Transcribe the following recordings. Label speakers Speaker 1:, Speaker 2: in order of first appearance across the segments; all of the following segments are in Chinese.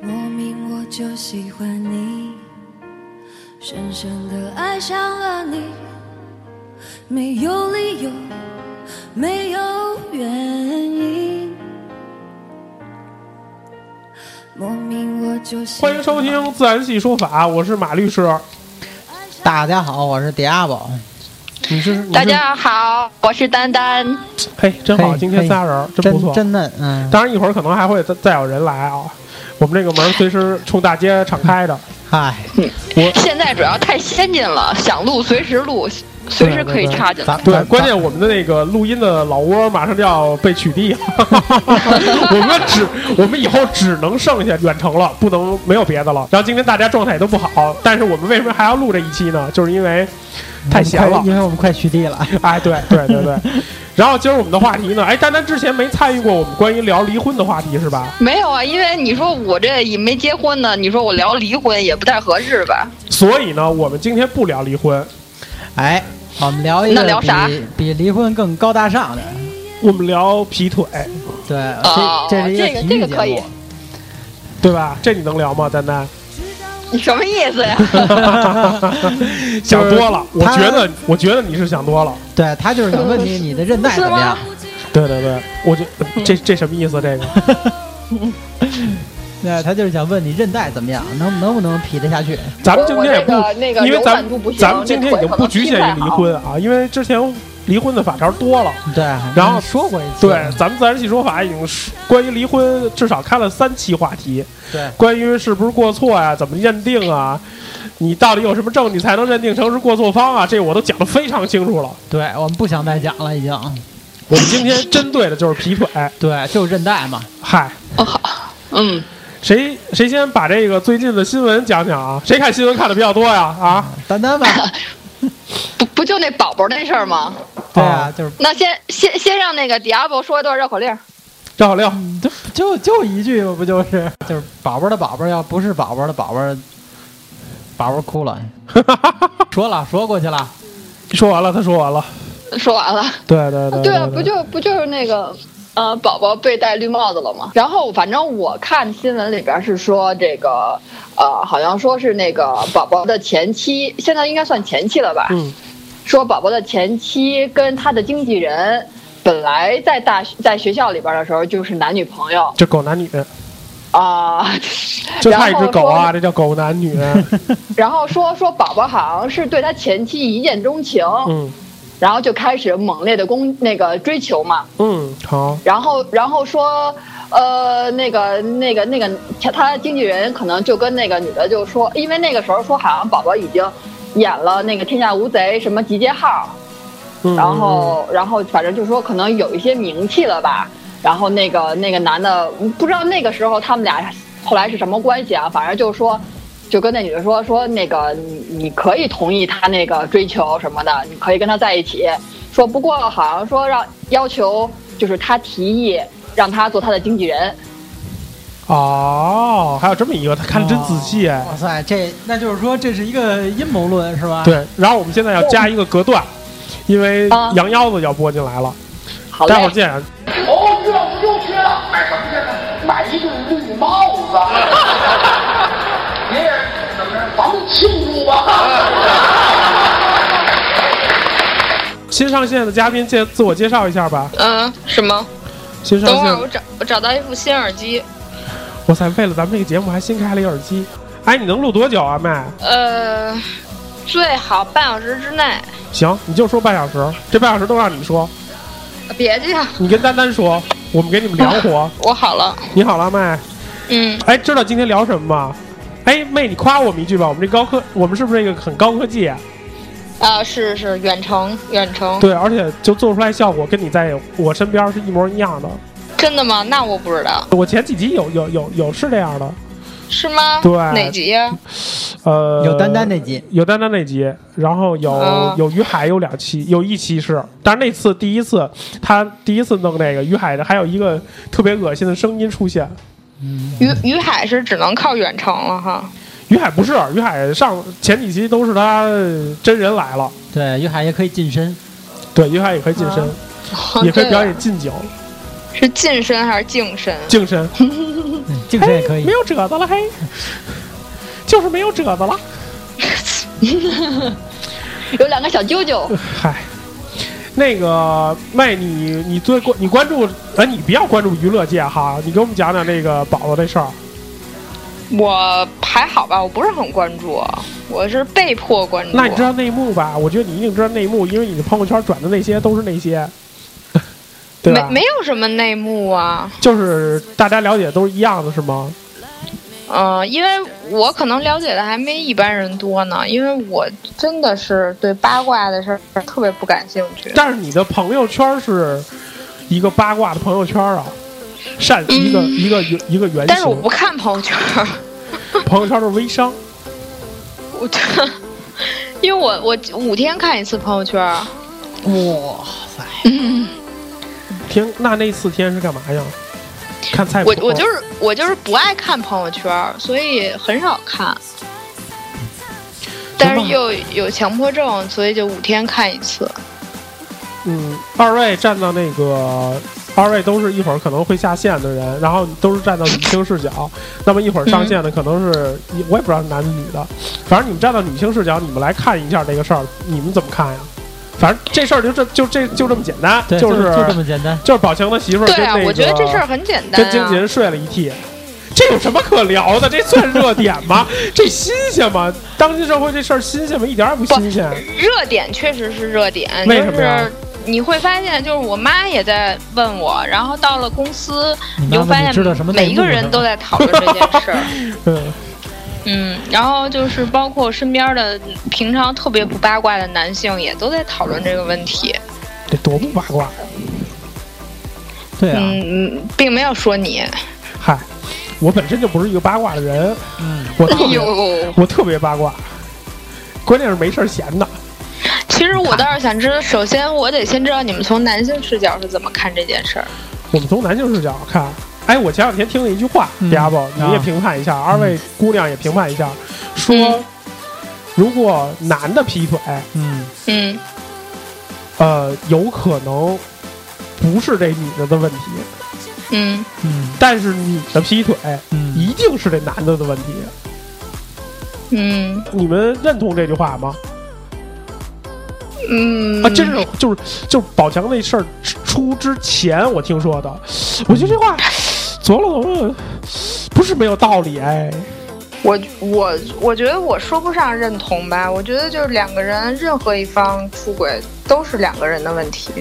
Speaker 1: 莫名我就喜欢你，深深的爱上了你，没有理由，没有原因。莫名我就喜
Speaker 2: 欢迎收听《自然系说法》，我是马律师。
Speaker 3: 大家好，我是迪亚宝。
Speaker 2: 你是
Speaker 3: 嗯
Speaker 2: 你是
Speaker 4: 大家好，我是丹丹。
Speaker 2: 嘿，真好，
Speaker 3: 嘿
Speaker 2: 今天
Speaker 3: 嘿
Speaker 2: 仨人儿真
Speaker 3: 真
Speaker 2: 不错。
Speaker 3: 真嫩，嗯，
Speaker 2: 当然，一会儿可能还会再再有人来啊。我们这个门儿随时冲大街敞开着。
Speaker 3: 嗨，
Speaker 4: 现在主要太先进了，想录随时录，随时可以插进来。
Speaker 3: 咱
Speaker 2: 啊对，
Speaker 3: 咱
Speaker 2: 关键我们的那个录音的老窝马上就要被取 缔了，我们只我们以后只能剩下远程了，不能没有别的了。然后今天大家状态也都不好，但是我们为什么还要录这一期呢？就是因为太闲
Speaker 3: 我们
Speaker 2: 了
Speaker 3: 快。因为我们快取缔了。
Speaker 2: 哎，对对对对。然后今儿我们的话题呢，哎，丹丹之前没参与过我们关于聊离婚的话题是吧？
Speaker 4: 没有啊，因为你说我这也没结婚呢，你说我聊离婚也不太合适吧？
Speaker 2: 所以呢，我们今天不聊离婚，
Speaker 3: 哎，我们聊一个
Speaker 4: 那聊啥
Speaker 3: 比比离婚更高大上的，
Speaker 2: 我们聊劈腿，
Speaker 3: 对，
Speaker 4: 哦
Speaker 3: 这是一
Speaker 4: 这个
Speaker 3: 体
Speaker 4: 这
Speaker 3: 育
Speaker 4: 个
Speaker 3: 节
Speaker 4: 可以
Speaker 3: 目，
Speaker 2: 对吧？这你能聊吗，丹 丹？
Speaker 4: 你什么意 思呀？
Speaker 2: 想多了，我
Speaker 3: 他
Speaker 2: 觉得，我觉得你是想多了。
Speaker 3: 对他就是想问 你你的韧带怎么样？
Speaker 2: 对对对，我觉
Speaker 4: 嗯
Speaker 2: 这这什么意思？这个
Speaker 3: 对，他就是想问你韧带怎么样，能能不能劈得下去？
Speaker 2: 咱们今天也不，
Speaker 4: 我我这个那个
Speaker 2: 因为
Speaker 4: 柔
Speaker 2: 咱
Speaker 4: 软度不行
Speaker 2: 咱们今天已经
Speaker 4: 这腿可
Speaker 2: 不
Speaker 4: 能
Speaker 2: 局限于离婚啊，因为之前离婚的法条多了。
Speaker 3: 对，
Speaker 2: 然后
Speaker 3: 你说过一次，
Speaker 2: 对，咱们自然系说法已经是关于离婚至少开了三期话题，
Speaker 3: 对
Speaker 2: 关于是不是过错呀、怎么认定啊，你到底有什么证据才能认定成是过错方啊？这我都讲得非常清楚了。
Speaker 3: 对，我们不想再讲了，已经。
Speaker 2: 我们今天针对的就是劈腿，
Speaker 3: 对，就是韧带嘛。
Speaker 2: 嗨，
Speaker 4: 嗯，
Speaker 2: 谁谁先把这个最近的新闻讲讲啊？谁看新闻看的比较多呀？啊，
Speaker 3: 丹丹 吧，
Speaker 4: 不不就那宝宝那事儿吗？
Speaker 3: 对啊，
Speaker 2: 哦
Speaker 3: 就是
Speaker 4: 那先先先让那个 Diablo 说一段绕口令儿。
Speaker 2: 赵小亮，
Speaker 3: 就就就一句不就是就是宝宝的宝宝，要不是宝宝的宝宝，宝宝哭 了。说了说过去了，
Speaker 2: 说完了，他说完了。
Speaker 4: 说完了。
Speaker 2: 对对对
Speaker 4: 啊对啊，不就不就是那个呃，宝宝被戴绿帽子了吗？然后反正我看新闻里边是说这个呃，好像说是那个宝宝的前妻，现在应该算前妻了吧？
Speaker 2: 嗯，
Speaker 4: 说宝宝的前妻跟他的经纪人本来在大学在学校里边的时候就是男女朋友
Speaker 2: 这狗男女，
Speaker 4: 啊，
Speaker 2: 就
Speaker 4: 然
Speaker 2: 差一
Speaker 4: 后
Speaker 2: 只狗啊，
Speaker 4: 说！
Speaker 2: 这叫狗男 女。
Speaker 4: 然后说说宝宝好像是对他前妻一见钟情，
Speaker 2: 嗯
Speaker 4: 然后就开始猛烈的攻那个追求嘛。
Speaker 2: 嗯，好，
Speaker 4: 然后然后说，呃，那个那个那个，他他经纪人可能就跟那个女的就说，因为那个时候说好像宝宝已经演了那个《天下无贼》什么集结号，
Speaker 2: 嗯
Speaker 4: 然后然后反正就说可能有一些名气了吧。然后那个那个男的不知道那个时候他们俩后来是什么关系啊，反正就说。就跟那女的说说那个你你可以同意他那个追求什么的，你可以跟他在一起。说不过好像说让要求就是他提议让他做他的经纪人，
Speaker 2: 哦，还有这么一个，他看的真仔细哎。
Speaker 4: 哦
Speaker 3: 哇塞，这那就是说这是一个阴谋论是吧？，
Speaker 2: 对，然后我们现在要加一个隔断，因为
Speaker 4: 啊
Speaker 2: 羊腰子要播进来了，
Speaker 4: 好嘞
Speaker 2: 待会儿见啊。
Speaker 5: 哦，这不就缺了，买什么去？买一对绿帽子。爷爷怎么着？咱们庆祝吧。
Speaker 2: 新新上线的嘉宾介自我介绍一下吧。
Speaker 4: 嗯，什么？
Speaker 2: 新上
Speaker 4: 等会儿我
Speaker 2: 线，
Speaker 4: 找我找到一副新耳机，
Speaker 2: 我才为了咱们这个节目还新开了一耳机。哎，你能录多久啊，麦？
Speaker 4: 呃，最好半小时之内。
Speaker 2: 行，你就说半小时，这半小时都让你说，
Speaker 4: 别介，
Speaker 2: 你跟丹丹说，我们给你们聊 活。
Speaker 4: 我好了。
Speaker 2: 你好了，麦。
Speaker 4: 嗯，
Speaker 2: 哎，知道今天聊什么吗？哎，妹，你夸我们一句吧，我们这高科，我们是不是这个很高科技啊？
Speaker 4: 啊，是是远程远程，
Speaker 2: 对，而且就做出来效果跟你在我身边是一模一样的。
Speaker 4: 真的吗？那我不知道，
Speaker 2: 我前几集有有有有是这样的，
Speaker 4: 是吗？
Speaker 2: 对
Speaker 4: 啊哪集呀、
Speaker 2: 呃，
Speaker 3: 有丹丹那集，
Speaker 2: 有丹丹那集，然后有、
Speaker 4: 啊
Speaker 2: 有于海有两期，有一期是，但是那次第一次他第一次弄那个于海的，还有一个特别恶心的声音出现。
Speaker 4: 于于海是只能靠远程了哈。
Speaker 2: 于海不是，于海上前几期都是他呃真人来了，
Speaker 3: 对，于海也可以近身，
Speaker 2: 对，于海也可以近身，
Speaker 4: 啊
Speaker 2: 也
Speaker 4: 哦
Speaker 2: 可以表演近景，
Speaker 4: 这个是近身还是近身？
Speaker 2: 近身，
Speaker 3: 嗯近身也可以
Speaker 2: 没。有褶子了，嘿，就是没有褶子了，
Speaker 6: 有两个小啾啾，
Speaker 2: 嗨。那个妹，你你最关你关注哎，你比较关注娱乐界哈，你给我们讲讲那个宝宝这事儿。
Speaker 4: 我还好吧，我不是很关注，我是被迫关注。
Speaker 2: 那你知道内幕吧？我觉得你一定知道内幕，因为你的朋友圈转的那些都是那 些，对吧？
Speaker 4: 没没有什么内幕啊，
Speaker 2: 就是大家了解都是一样的，是吗？
Speaker 4: 嗯、因为我可能了解的还没一般人多呢，因为我真的是对八卦的事儿特别不感兴趣。
Speaker 2: 但是你的朋友圈是一个八卦的朋友圈啊，善一个、一个圆一个圆
Speaker 4: 嗯但是我
Speaker 2: 形
Speaker 4: 不看朋友圈儿，
Speaker 2: 朋友圈是微商，
Speaker 4: 我因为我我五天看一次朋友圈儿，
Speaker 3: 哇塞，
Speaker 2: 天那那四天是干嘛呀？看菜谱啊
Speaker 4: 我我就是我就是不爱看朋友圈儿，所以很少看。但是又有强迫症，所以就五天看一次。
Speaker 2: 嗯，二位站到那个，二位都是一会儿可能会下线的人，然后都是站到女性视角。那么一会儿
Speaker 4: 嗯
Speaker 2: 上线的可能是，我也不知道是男的女的，反正你们站到女性视角，你们来看一下这个事儿，你们怎么看呀？反正这事儿就这就这就这么简单，
Speaker 3: 对，
Speaker 2: 是
Speaker 3: 就就这么简单。
Speaker 2: 就是宝强的媳妇儿跟
Speaker 4: 对啊，
Speaker 2: 那个
Speaker 4: 我觉得这事儿很简单、
Speaker 2: 跟经纪
Speaker 4: 啊。
Speaker 2: 人睡了一屉。这有什么可聊的？这算热点 吗？这新鲜吗？当今社会这事儿新鲜吗？一点儿也不新鲜。
Speaker 4: 热点确实是热点，
Speaker 2: 为
Speaker 4: 就
Speaker 2: 什么呀
Speaker 4: 是你会发现，就是我妈也在问我，然后到了公司，
Speaker 3: 你妈
Speaker 4: 就发
Speaker 3: 问你
Speaker 4: 现
Speaker 3: 知道什么内幕
Speaker 4: 每一个人都在讨论这件事儿。
Speaker 2: 嗯，
Speaker 4: 嗯，然后就是包括身边的平常特别不八卦的男性也都在讨论这个问题。
Speaker 2: 这多不八卦。
Speaker 3: 对啊，
Speaker 4: 嗯，嗯，并没有说你。
Speaker 2: 嗨，我本身就不是一个八卦的人，
Speaker 3: 嗯，
Speaker 2: 我
Speaker 4: 哎
Speaker 2: 特别、
Speaker 4: 呦，
Speaker 2: 我特别八卦，关键是没事儿闲的。
Speaker 4: 其实我倒是想知道，首先我得先知道你们从男性视角是怎么看这件事儿。
Speaker 2: 我们从男性视角看，哎，我前两天听了一句话
Speaker 3: 嗯
Speaker 2: d i a b o 你也
Speaker 3: 啊
Speaker 2: 评判一下，二位姑娘也评判一下，说、
Speaker 4: 嗯
Speaker 2: 如果男的劈腿，
Speaker 3: 嗯，
Speaker 4: 嗯，
Speaker 2: 呃，有可能不是这女的的问题，
Speaker 4: 嗯，
Speaker 3: 嗯
Speaker 2: 但是女的劈腿
Speaker 3: 嗯，
Speaker 2: 一定是这男的的问题。
Speaker 4: 嗯，
Speaker 2: 你们认同这句话吗？
Speaker 4: 嗯，
Speaker 2: 啊，真是就是就是宝强那事儿出之前我听说的，我觉得这话琢磨琢磨，不是没有道理哎。
Speaker 4: 我我我觉得我说不上认同吧，我觉得就是两个人任何一方出轨都是两个人的问题。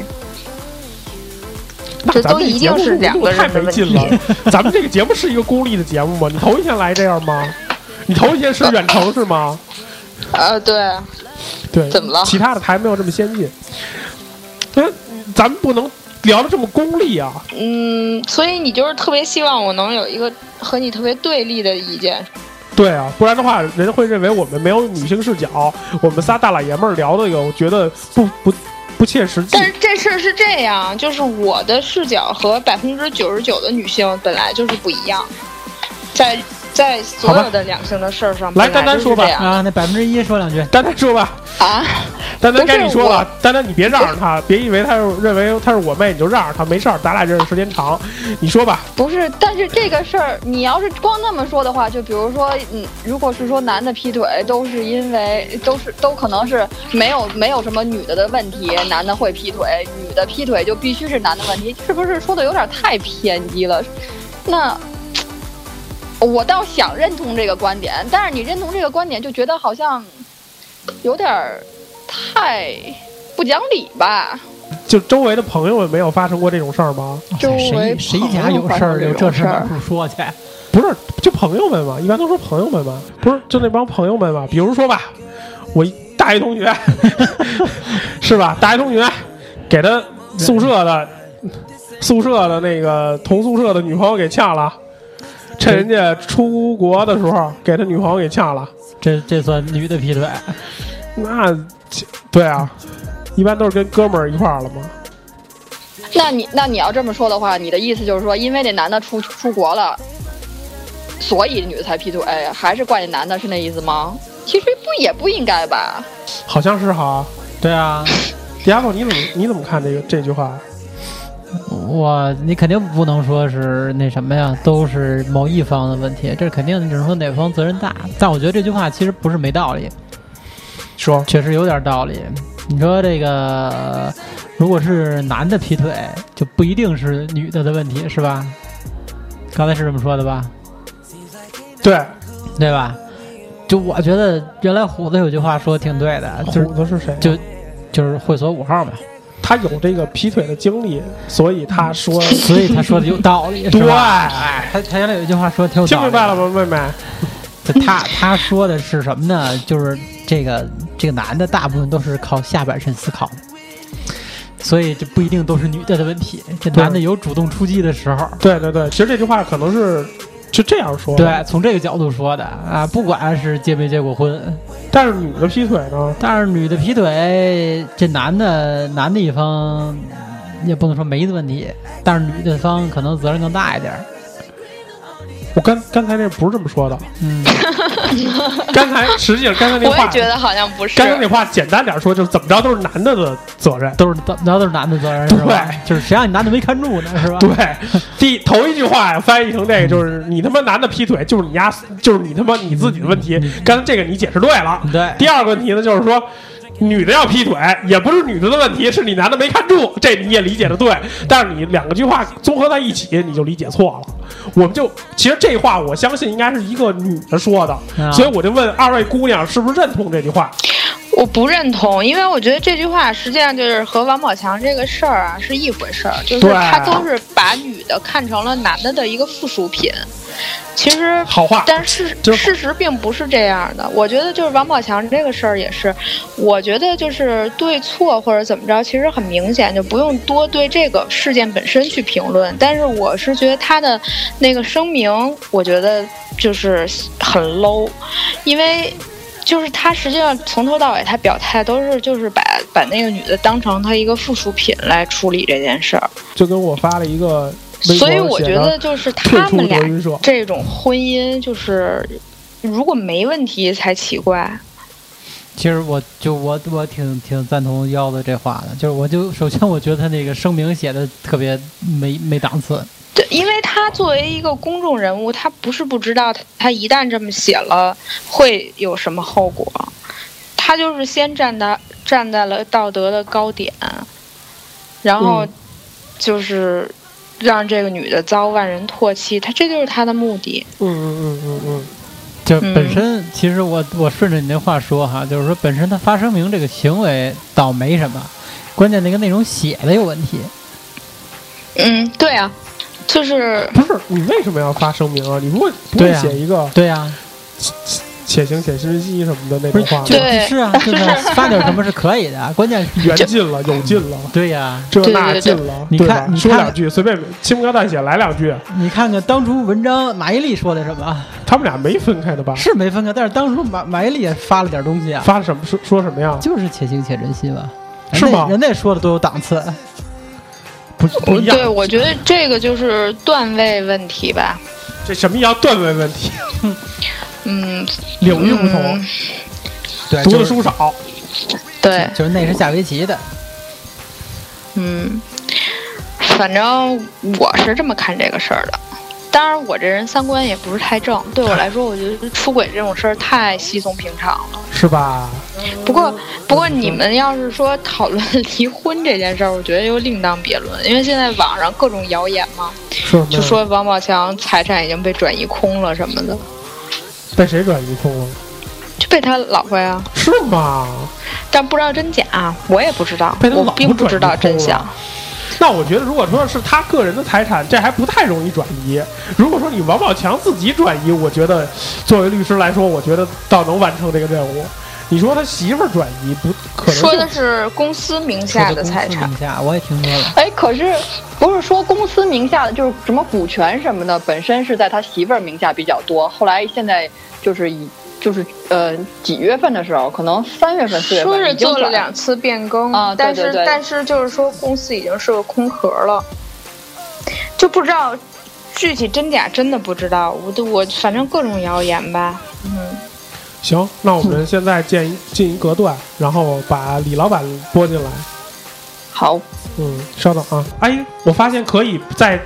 Speaker 2: 那
Speaker 4: 这
Speaker 2: 咱
Speaker 4: 都
Speaker 2: 们
Speaker 4: 一定
Speaker 2: 节目
Speaker 4: 是两个
Speaker 2: 太
Speaker 4: 人的
Speaker 2: 没
Speaker 4: 问
Speaker 2: 劲了。咱们这个节目是一个功利的节目吗？你头一天来这样吗？你头一天是远程是吗？
Speaker 4: 呃，对，
Speaker 2: 对，
Speaker 4: 怎么了
Speaker 2: 其他的台没有这么先进。嗯，咱们不能聊的这么功利啊。
Speaker 4: 嗯，所以你就是特别希望我能有一个和你特别对立的意见。
Speaker 2: 对啊，不然的话，人会认为我们没有女性视角，我们仨大老爷们儿聊的有，我觉得不不不切实际
Speaker 4: 但。是这事儿是这样，就是我的视角和百分之九十九的女性本来就是不一样，在在所
Speaker 2: 好吧
Speaker 4: 有的两性的事儿上，
Speaker 2: 来
Speaker 4: 本
Speaker 2: 丹丹
Speaker 4: 就是
Speaker 2: 说吧
Speaker 4: 这样
Speaker 3: 啊，那百分之一说两句，
Speaker 2: 丹丹说吧，
Speaker 4: 啊，
Speaker 2: 丹丹
Speaker 4: 不是
Speaker 2: 该你说了
Speaker 4: 我，
Speaker 2: 丹丹你别让着他，别以为他是认为他是我妹你就让着他，没事儿，咱俩认识时间长，你说吧，
Speaker 4: 不是，但是这个事儿，你要是光那么说的话，就比如说，嗯，如果是说男的劈腿，都是因为都是都可能是没有没有什么女的的问题，男的会劈腿，女的劈腿就必须是男的问题，是不是说的有点太偏激了？那我倒想认同这个观点，但是你认同这个观点，就觉得好像有点儿太不讲理吧？
Speaker 2: 就周围的朋友们没有发生过这种事儿吗？
Speaker 4: 周围
Speaker 3: 谁谁
Speaker 4: 朋
Speaker 3: 家
Speaker 4: 友
Speaker 3: 有
Speaker 4: 发
Speaker 3: 事
Speaker 4: 生
Speaker 3: 儿
Speaker 4: 这
Speaker 3: 有
Speaker 4: 种
Speaker 3: 事
Speaker 4: 事儿
Speaker 3: 儿不说去？
Speaker 2: 不是，就朋友们嘛，一般都说朋友们嘛，不是就那帮朋友们嘛。比如说吧，我一大学同学， 是吧？大学同学给他宿舍的宿舍的那个同宿舍的女朋友给呛了，趁人家出国的时候给他女朋友给呛了，
Speaker 3: 这这算女的劈腿？
Speaker 2: 那这对啊，一般都是跟哥们儿一块儿了嘛。
Speaker 4: 那你那你要这么说的话，你的意思就是说，因为那男的出出国了，所以女的才劈腿，啊还是怪那男的，是那意思吗？其实不也不应该吧？
Speaker 2: 好像是哈，
Speaker 3: 对啊，
Speaker 2: 迪亚狗，你怎么你怎么看这个这句话？
Speaker 3: 我你肯定不能说是那什么呀，都是某一方的问题，这肯定你只能说哪方责任大。但我觉得这句话其实不是没道理，
Speaker 2: 说
Speaker 3: 确实有点道理。你说这个，如果是男的劈腿，就不一定是女的的问题，是吧？刚才是这么说的吧？
Speaker 2: 对，
Speaker 3: 对吧？就我觉得原来虎子有句话说得挺对的，就是
Speaker 2: 虎子是谁啊？
Speaker 3: 就就是会所五号嘛，
Speaker 2: 他有这个劈腿的经历，所以他说，
Speaker 3: 所以他说的有道理，是
Speaker 2: 对，
Speaker 3: 吧？他他原来有一句话说得挺有道
Speaker 2: 听明
Speaker 3: 理，
Speaker 2: 白了？吗，妹妹？
Speaker 3: 就他他说的是什么呢？就是这个这个男的大部分都是靠下半身思考，所以这不一定都是女的的问题。这男的有主动出击的时候，
Speaker 2: 对对对，其实这句话可能是就这样说，
Speaker 3: 对，。从这个角度说的啊，不管是结没结过婚，
Speaker 2: 但是女的劈腿呢，
Speaker 3: 但是女的劈腿，这男的男的一方也不能说没的问题，但是女的方可能责任更大一点儿。
Speaker 2: 我刚刚才那不是这么说的，
Speaker 3: 嗯，
Speaker 2: 刚才实际上刚才那
Speaker 4: 我也
Speaker 2: 话，
Speaker 4: 觉得好像不是。
Speaker 2: 刚才那话简单点说，就是怎么着都是男的的责任。
Speaker 3: 都是都然后都是男的责任，是吧？
Speaker 2: 对
Speaker 3: 就是谁让你男的没看住呢，是吧？
Speaker 2: 对，第头一句话翻译成这个就是你他妈男的劈腿就是你丫就是你他妈你自己的问题。刚才这个你解释嗯对了。
Speaker 3: 对
Speaker 2: 第二个问题呢，就是说女的要劈腿也不是女的的问题，是你男的没看住，这你也理解的对。但是你两个句话综合在一起，你就理解错了。我们就其实这话我相信应该是一个女的说的，
Speaker 3: 啊
Speaker 2: 所以我就问二位姑娘是不是认同这句话？
Speaker 4: 我不认同，因为我觉得这句话实际上就是和王宝强这个事儿啊是一回事儿，就是
Speaker 2: 对
Speaker 4: 他都是把女的看成了男的的一个附属品。其实
Speaker 2: 好话
Speaker 4: 但是
Speaker 2: 就
Speaker 4: 事
Speaker 2: 是
Speaker 4: 事实并不是这样的。我觉得就是王宝强这个事儿也是，我觉得就是对错或者怎么着，其实很明显，就不用多对这个事件本身去评论。但是我是觉得他的那个声明，我觉得就是很 low，因为。就是他实际上从头到尾，他表态都是就是把把那个女的当成他一个附属品来处理这件事儿，
Speaker 2: 就跟我发了一个微博，
Speaker 4: 所以我觉得就是
Speaker 2: 退
Speaker 4: 他
Speaker 2: 出
Speaker 4: 们
Speaker 2: 德
Speaker 4: 俩
Speaker 2: 云社。
Speaker 4: 这种婚姻就是如果没问题才奇怪。
Speaker 3: 其实我就我我挺挺赞同腰子这话的，就是我就首先我觉得他那个声明写的特别没没档次，
Speaker 4: 对，因为他作为一个公众人物，他不是不知道，他一旦这么写了会有什么后果。他就是先站在站在了道德的高点，然
Speaker 6: 嗯
Speaker 4: 后就是让这个女的遭万人唾弃，他这就是他的目的。
Speaker 2: 嗯嗯嗯嗯嗯，
Speaker 3: 就是本
Speaker 4: 嗯
Speaker 3: 身、其实我我顺着你那话说哈，就是说本身他发声明这个行为倒没什么，关键那个内容写的有问题。
Speaker 4: 嗯，对啊，就是
Speaker 2: 不是你为什么要发声明啊？你不会不会
Speaker 3: 对啊
Speaker 2: 写一个
Speaker 3: 对呀、
Speaker 2: 且行且信息什么的那
Speaker 3: 不
Speaker 2: 种
Speaker 3: 是
Speaker 2: 话吗？
Speaker 3: 就
Speaker 4: 对
Speaker 3: 是啊，就是发点什么是可以的， 关键
Speaker 2: 缘尽了，有尽了，
Speaker 3: 对呀、
Speaker 2: 这
Speaker 4: 对
Speaker 2: 那
Speaker 4: 对对
Speaker 2: 尽了，
Speaker 3: 你
Speaker 2: 对
Speaker 3: 看
Speaker 2: 吧
Speaker 3: 你
Speaker 2: 说
Speaker 3: 看
Speaker 2: 两句，随便轻描淡写来两句，
Speaker 3: 你看看当初文章马伊琍说的什么，
Speaker 2: 他们俩没分开的吧？
Speaker 3: 是没分开，但是当初马马伊琍也发了点东西啊，
Speaker 2: 发什么说说什么呀？
Speaker 3: 就是且行且珍惜吧，
Speaker 2: 是吗
Speaker 3: 人家人家说的多有档次，
Speaker 2: 不是不一样
Speaker 4: 对，，我觉得这个就是段位问题吧。
Speaker 2: 这什么叫段位问题？
Speaker 4: 嗯，
Speaker 2: 领域不同，
Speaker 3: 对，
Speaker 2: 读
Speaker 3: 就
Speaker 2: 的
Speaker 3: 是
Speaker 2: 书少，
Speaker 4: 对，
Speaker 3: 就是那是下围棋的，
Speaker 4: 嗯，反正我是这么看这个事儿的。当然，我这人三观也不是太正，对我来说，我觉得出轨这种事儿太稀松平常了。
Speaker 2: 是吧？
Speaker 4: 不过，不过你们要是说讨论离婚这件事儿，我觉得又另当别论，因为现在网上各种谣言嘛，
Speaker 2: 是
Speaker 4: 就说王宝强财产已经被转移空了什么的，
Speaker 2: 被谁转移空了？
Speaker 4: 就被他老婆呀，
Speaker 2: 是吗？
Speaker 4: 但不知道真假，我也不知道
Speaker 2: 被，他
Speaker 4: 我
Speaker 2: 老婆
Speaker 4: 并不知道真
Speaker 2: 转移空
Speaker 4: 相
Speaker 2: 了。那我觉得，如果说是他个人的财产，这还不太容易转移。如果说你王宝强自己转移，我觉得作为律师来说，我觉得倒能完成这个任务。你说他媳妇儿转移不可能
Speaker 4: 说
Speaker 2: 就
Speaker 4: 的是公司名
Speaker 3: 说
Speaker 4: 下
Speaker 3: 的
Speaker 4: 的
Speaker 3: 公
Speaker 4: 财
Speaker 3: 司
Speaker 4: 产，
Speaker 3: 名下，我也听说了。
Speaker 6: 哎，可是不是说公司名下的就是什么股权什么的，本身是在他媳妇儿名下比较多，后来现在就是以就是呃几月份的时候，可能三月份、四月份
Speaker 4: 说是
Speaker 6: 已经
Speaker 4: 做了
Speaker 6: 转
Speaker 4: 两次变更，
Speaker 6: 啊对
Speaker 4: 但
Speaker 6: 对
Speaker 4: 是
Speaker 6: 对
Speaker 4: 但是就是说公司已经是个空壳了，就不知道具体真假，真的不知道。我都我反正各种谣言吧，
Speaker 2: 行，那我们现在建一进一隔断，然后把李老板拨进来。
Speaker 6: 好，
Speaker 2: 嗯，稍等啊。哎，我发现可以在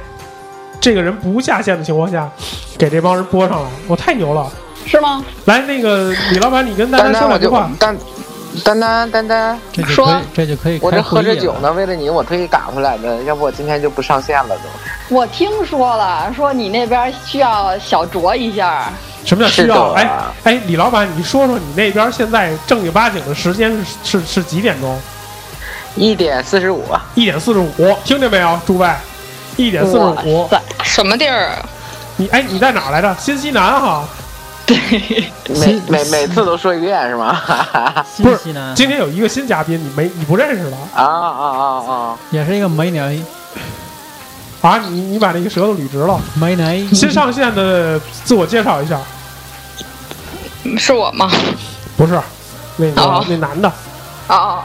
Speaker 2: 这个人不下线的情况下，给这帮人拨上来，我太牛了。
Speaker 6: 是吗？
Speaker 2: 来，那个李老板，你跟大
Speaker 5: 丹
Speaker 2: 家说
Speaker 5: 丹，我
Speaker 2: 两句
Speaker 5: 就
Speaker 2: 话。
Speaker 5: 丹丹丹丹丹，
Speaker 3: 这就
Speaker 6: 说
Speaker 3: 可以，这就可以
Speaker 5: 我
Speaker 3: 开
Speaker 5: 这
Speaker 3: 会
Speaker 5: 喝
Speaker 3: 议
Speaker 5: 着酒
Speaker 3: 了。
Speaker 5: 呢，为了你我特意赶回来的，要不我今天就不上线了都。
Speaker 6: 我听说了，说你那边需要小酌一下，
Speaker 2: 什么叫需
Speaker 5: 是
Speaker 2: 要？
Speaker 5: 的
Speaker 2: 哎哎，李老板，你说说你那边现在正经八经的时间是是是几点钟？
Speaker 5: 一点四十五，啊
Speaker 2: 一点四十五，听见没有，诸位？一点四十五，
Speaker 4: 什么地儿啊？
Speaker 2: 你哎，你在哪儿来着？新西兰哈，
Speaker 5: 每每每次都说一遍是吗？ 啊
Speaker 2: 不
Speaker 3: 新
Speaker 2: 是
Speaker 3: 西兰，
Speaker 2: 今天有一个新嘉宾，你没你不认识的
Speaker 5: 啊啊啊！
Speaker 3: 也是一个美女，
Speaker 2: 啊？你你把那个舌头捋直 了。
Speaker 3: 美女。
Speaker 2: 新上线的自我介绍一下，
Speaker 4: 是我吗？
Speaker 2: 不是那个、
Speaker 4: 哦
Speaker 2: 那男的，
Speaker 6: 哦，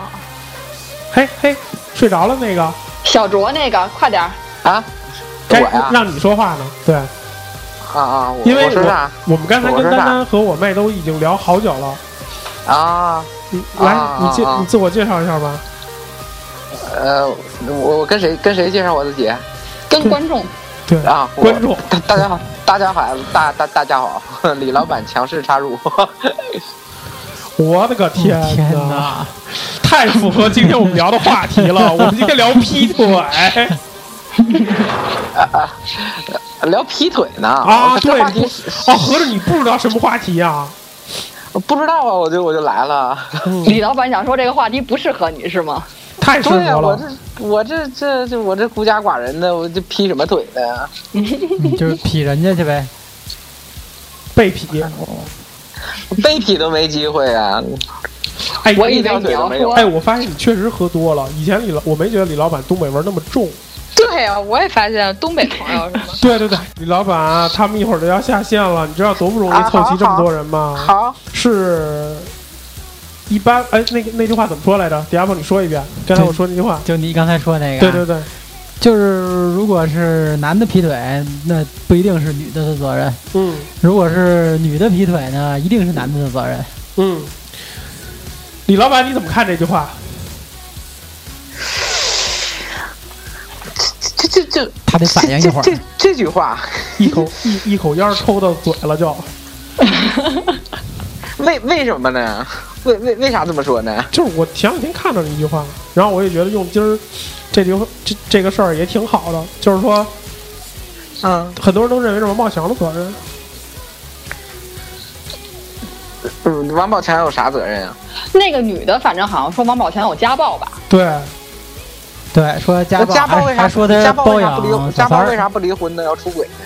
Speaker 2: 嘿嘿，睡着了那个，
Speaker 6: 小酌那个快点儿，
Speaker 5: 啊，我
Speaker 2: 该
Speaker 5: 呀
Speaker 2: 让你说话呢。对，
Speaker 5: 啊啊！我
Speaker 2: 因为
Speaker 5: 啊我说啥
Speaker 2: 我我们刚才
Speaker 5: 我
Speaker 2: 跟
Speaker 5: 说
Speaker 2: 丹
Speaker 5: 啥
Speaker 2: 丹和我妹都已经聊好久了，
Speaker 5: 啊？
Speaker 2: 你来，
Speaker 5: 啊
Speaker 2: 你介
Speaker 5: 啊啊
Speaker 2: 你自我介绍一下吧。
Speaker 5: 呃，我我跟谁跟谁介绍我自己啊？
Speaker 6: 跟观 众
Speaker 2: 对，
Speaker 5: 我
Speaker 2: 观众
Speaker 5: 大大家好，大家好，大大大家好， 李老板强势插入。
Speaker 2: 我的个天
Speaker 3: 我天
Speaker 2: 哪，
Speaker 3: 哪！
Speaker 2: 太符合今天我们聊的话题了。我们今天聊劈腿
Speaker 5: 啊聊劈腿呢？
Speaker 2: 啊，
Speaker 5: 这
Speaker 2: 对，
Speaker 5: 话
Speaker 2: 不
Speaker 5: 题
Speaker 2: 哦，合着你不知道什么话题啊？
Speaker 5: 不知道啊，我就我就来了。
Speaker 2: 嗯
Speaker 6: 李老板想说这个话题不适合你是吗？
Speaker 2: 太适
Speaker 5: 对啊，
Speaker 2: 合
Speaker 5: 我
Speaker 2: 了。
Speaker 5: 这我这这这我这孤家寡人的，我这劈什么腿呢？
Speaker 3: 你就是劈人家去呗，
Speaker 2: 被劈，
Speaker 5: 哎被劈都没机会啊！
Speaker 2: 哎，
Speaker 6: 我
Speaker 5: 一
Speaker 6: 以
Speaker 5: 条
Speaker 6: 为你
Speaker 5: 腿都
Speaker 6: 要
Speaker 5: 没有
Speaker 6: 说
Speaker 2: 哎，我发现你确实喝多了。以前李老，我没觉得李老板东北味儿那么重。
Speaker 4: 对呀、我也发现东北朋友是吗？
Speaker 2: 对对对，李老板他们一会儿就要下线了，你知道多不容易
Speaker 5: 啊
Speaker 2: 凑齐
Speaker 5: 好
Speaker 2: 这么多人吗？
Speaker 5: 好，
Speaker 2: 是，一般哎，那个那句话怎么说来着？迪亚波，你说一遍，刚才我说那句话。
Speaker 3: 就你刚才说那个。
Speaker 2: 对
Speaker 3: 啊
Speaker 2: 对对，
Speaker 3: 就是如果是男的劈腿，那不一定是女的的责任；
Speaker 2: 嗯
Speaker 3: 如果是女的劈腿呢，一定是男的的责任。
Speaker 2: 嗯。李老板，你怎么看这句话？
Speaker 5: 这这这
Speaker 3: 他得反应一
Speaker 5: 这
Speaker 3: 会儿
Speaker 5: 这，这这句话，
Speaker 2: 一 口一一口烟儿抽到嘴了就，
Speaker 5: 为为什么呢？为为为啥这么说呢？
Speaker 2: 就是我前两天看到了一句话，然后我也觉得用今儿这句这这个事儿也挺好的，就是说
Speaker 5: 嗯，
Speaker 2: 很多人都认为是王宝强的责任，
Speaker 5: 嗯王宝强有啥责任啊？
Speaker 6: 那个女的反正好像说王宝强有家暴吧，
Speaker 2: 对，
Speaker 3: 对，说家
Speaker 5: 那
Speaker 3: 暴，
Speaker 5: 家暴
Speaker 3: 还
Speaker 5: 为啥
Speaker 3: 还说哎他
Speaker 5: 家暴
Speaker 3: 包
Speaker 5: 为啥不离
Speaker 3: 养
Speaker 5: 婚？
Speaker 3: 啊小
Speaker 5: 家
Speaker 3: 三
Speaker 5: 暴为
Speaker 3: 儿，
Speaker 5: 啥不离婚呢？要出轨呢？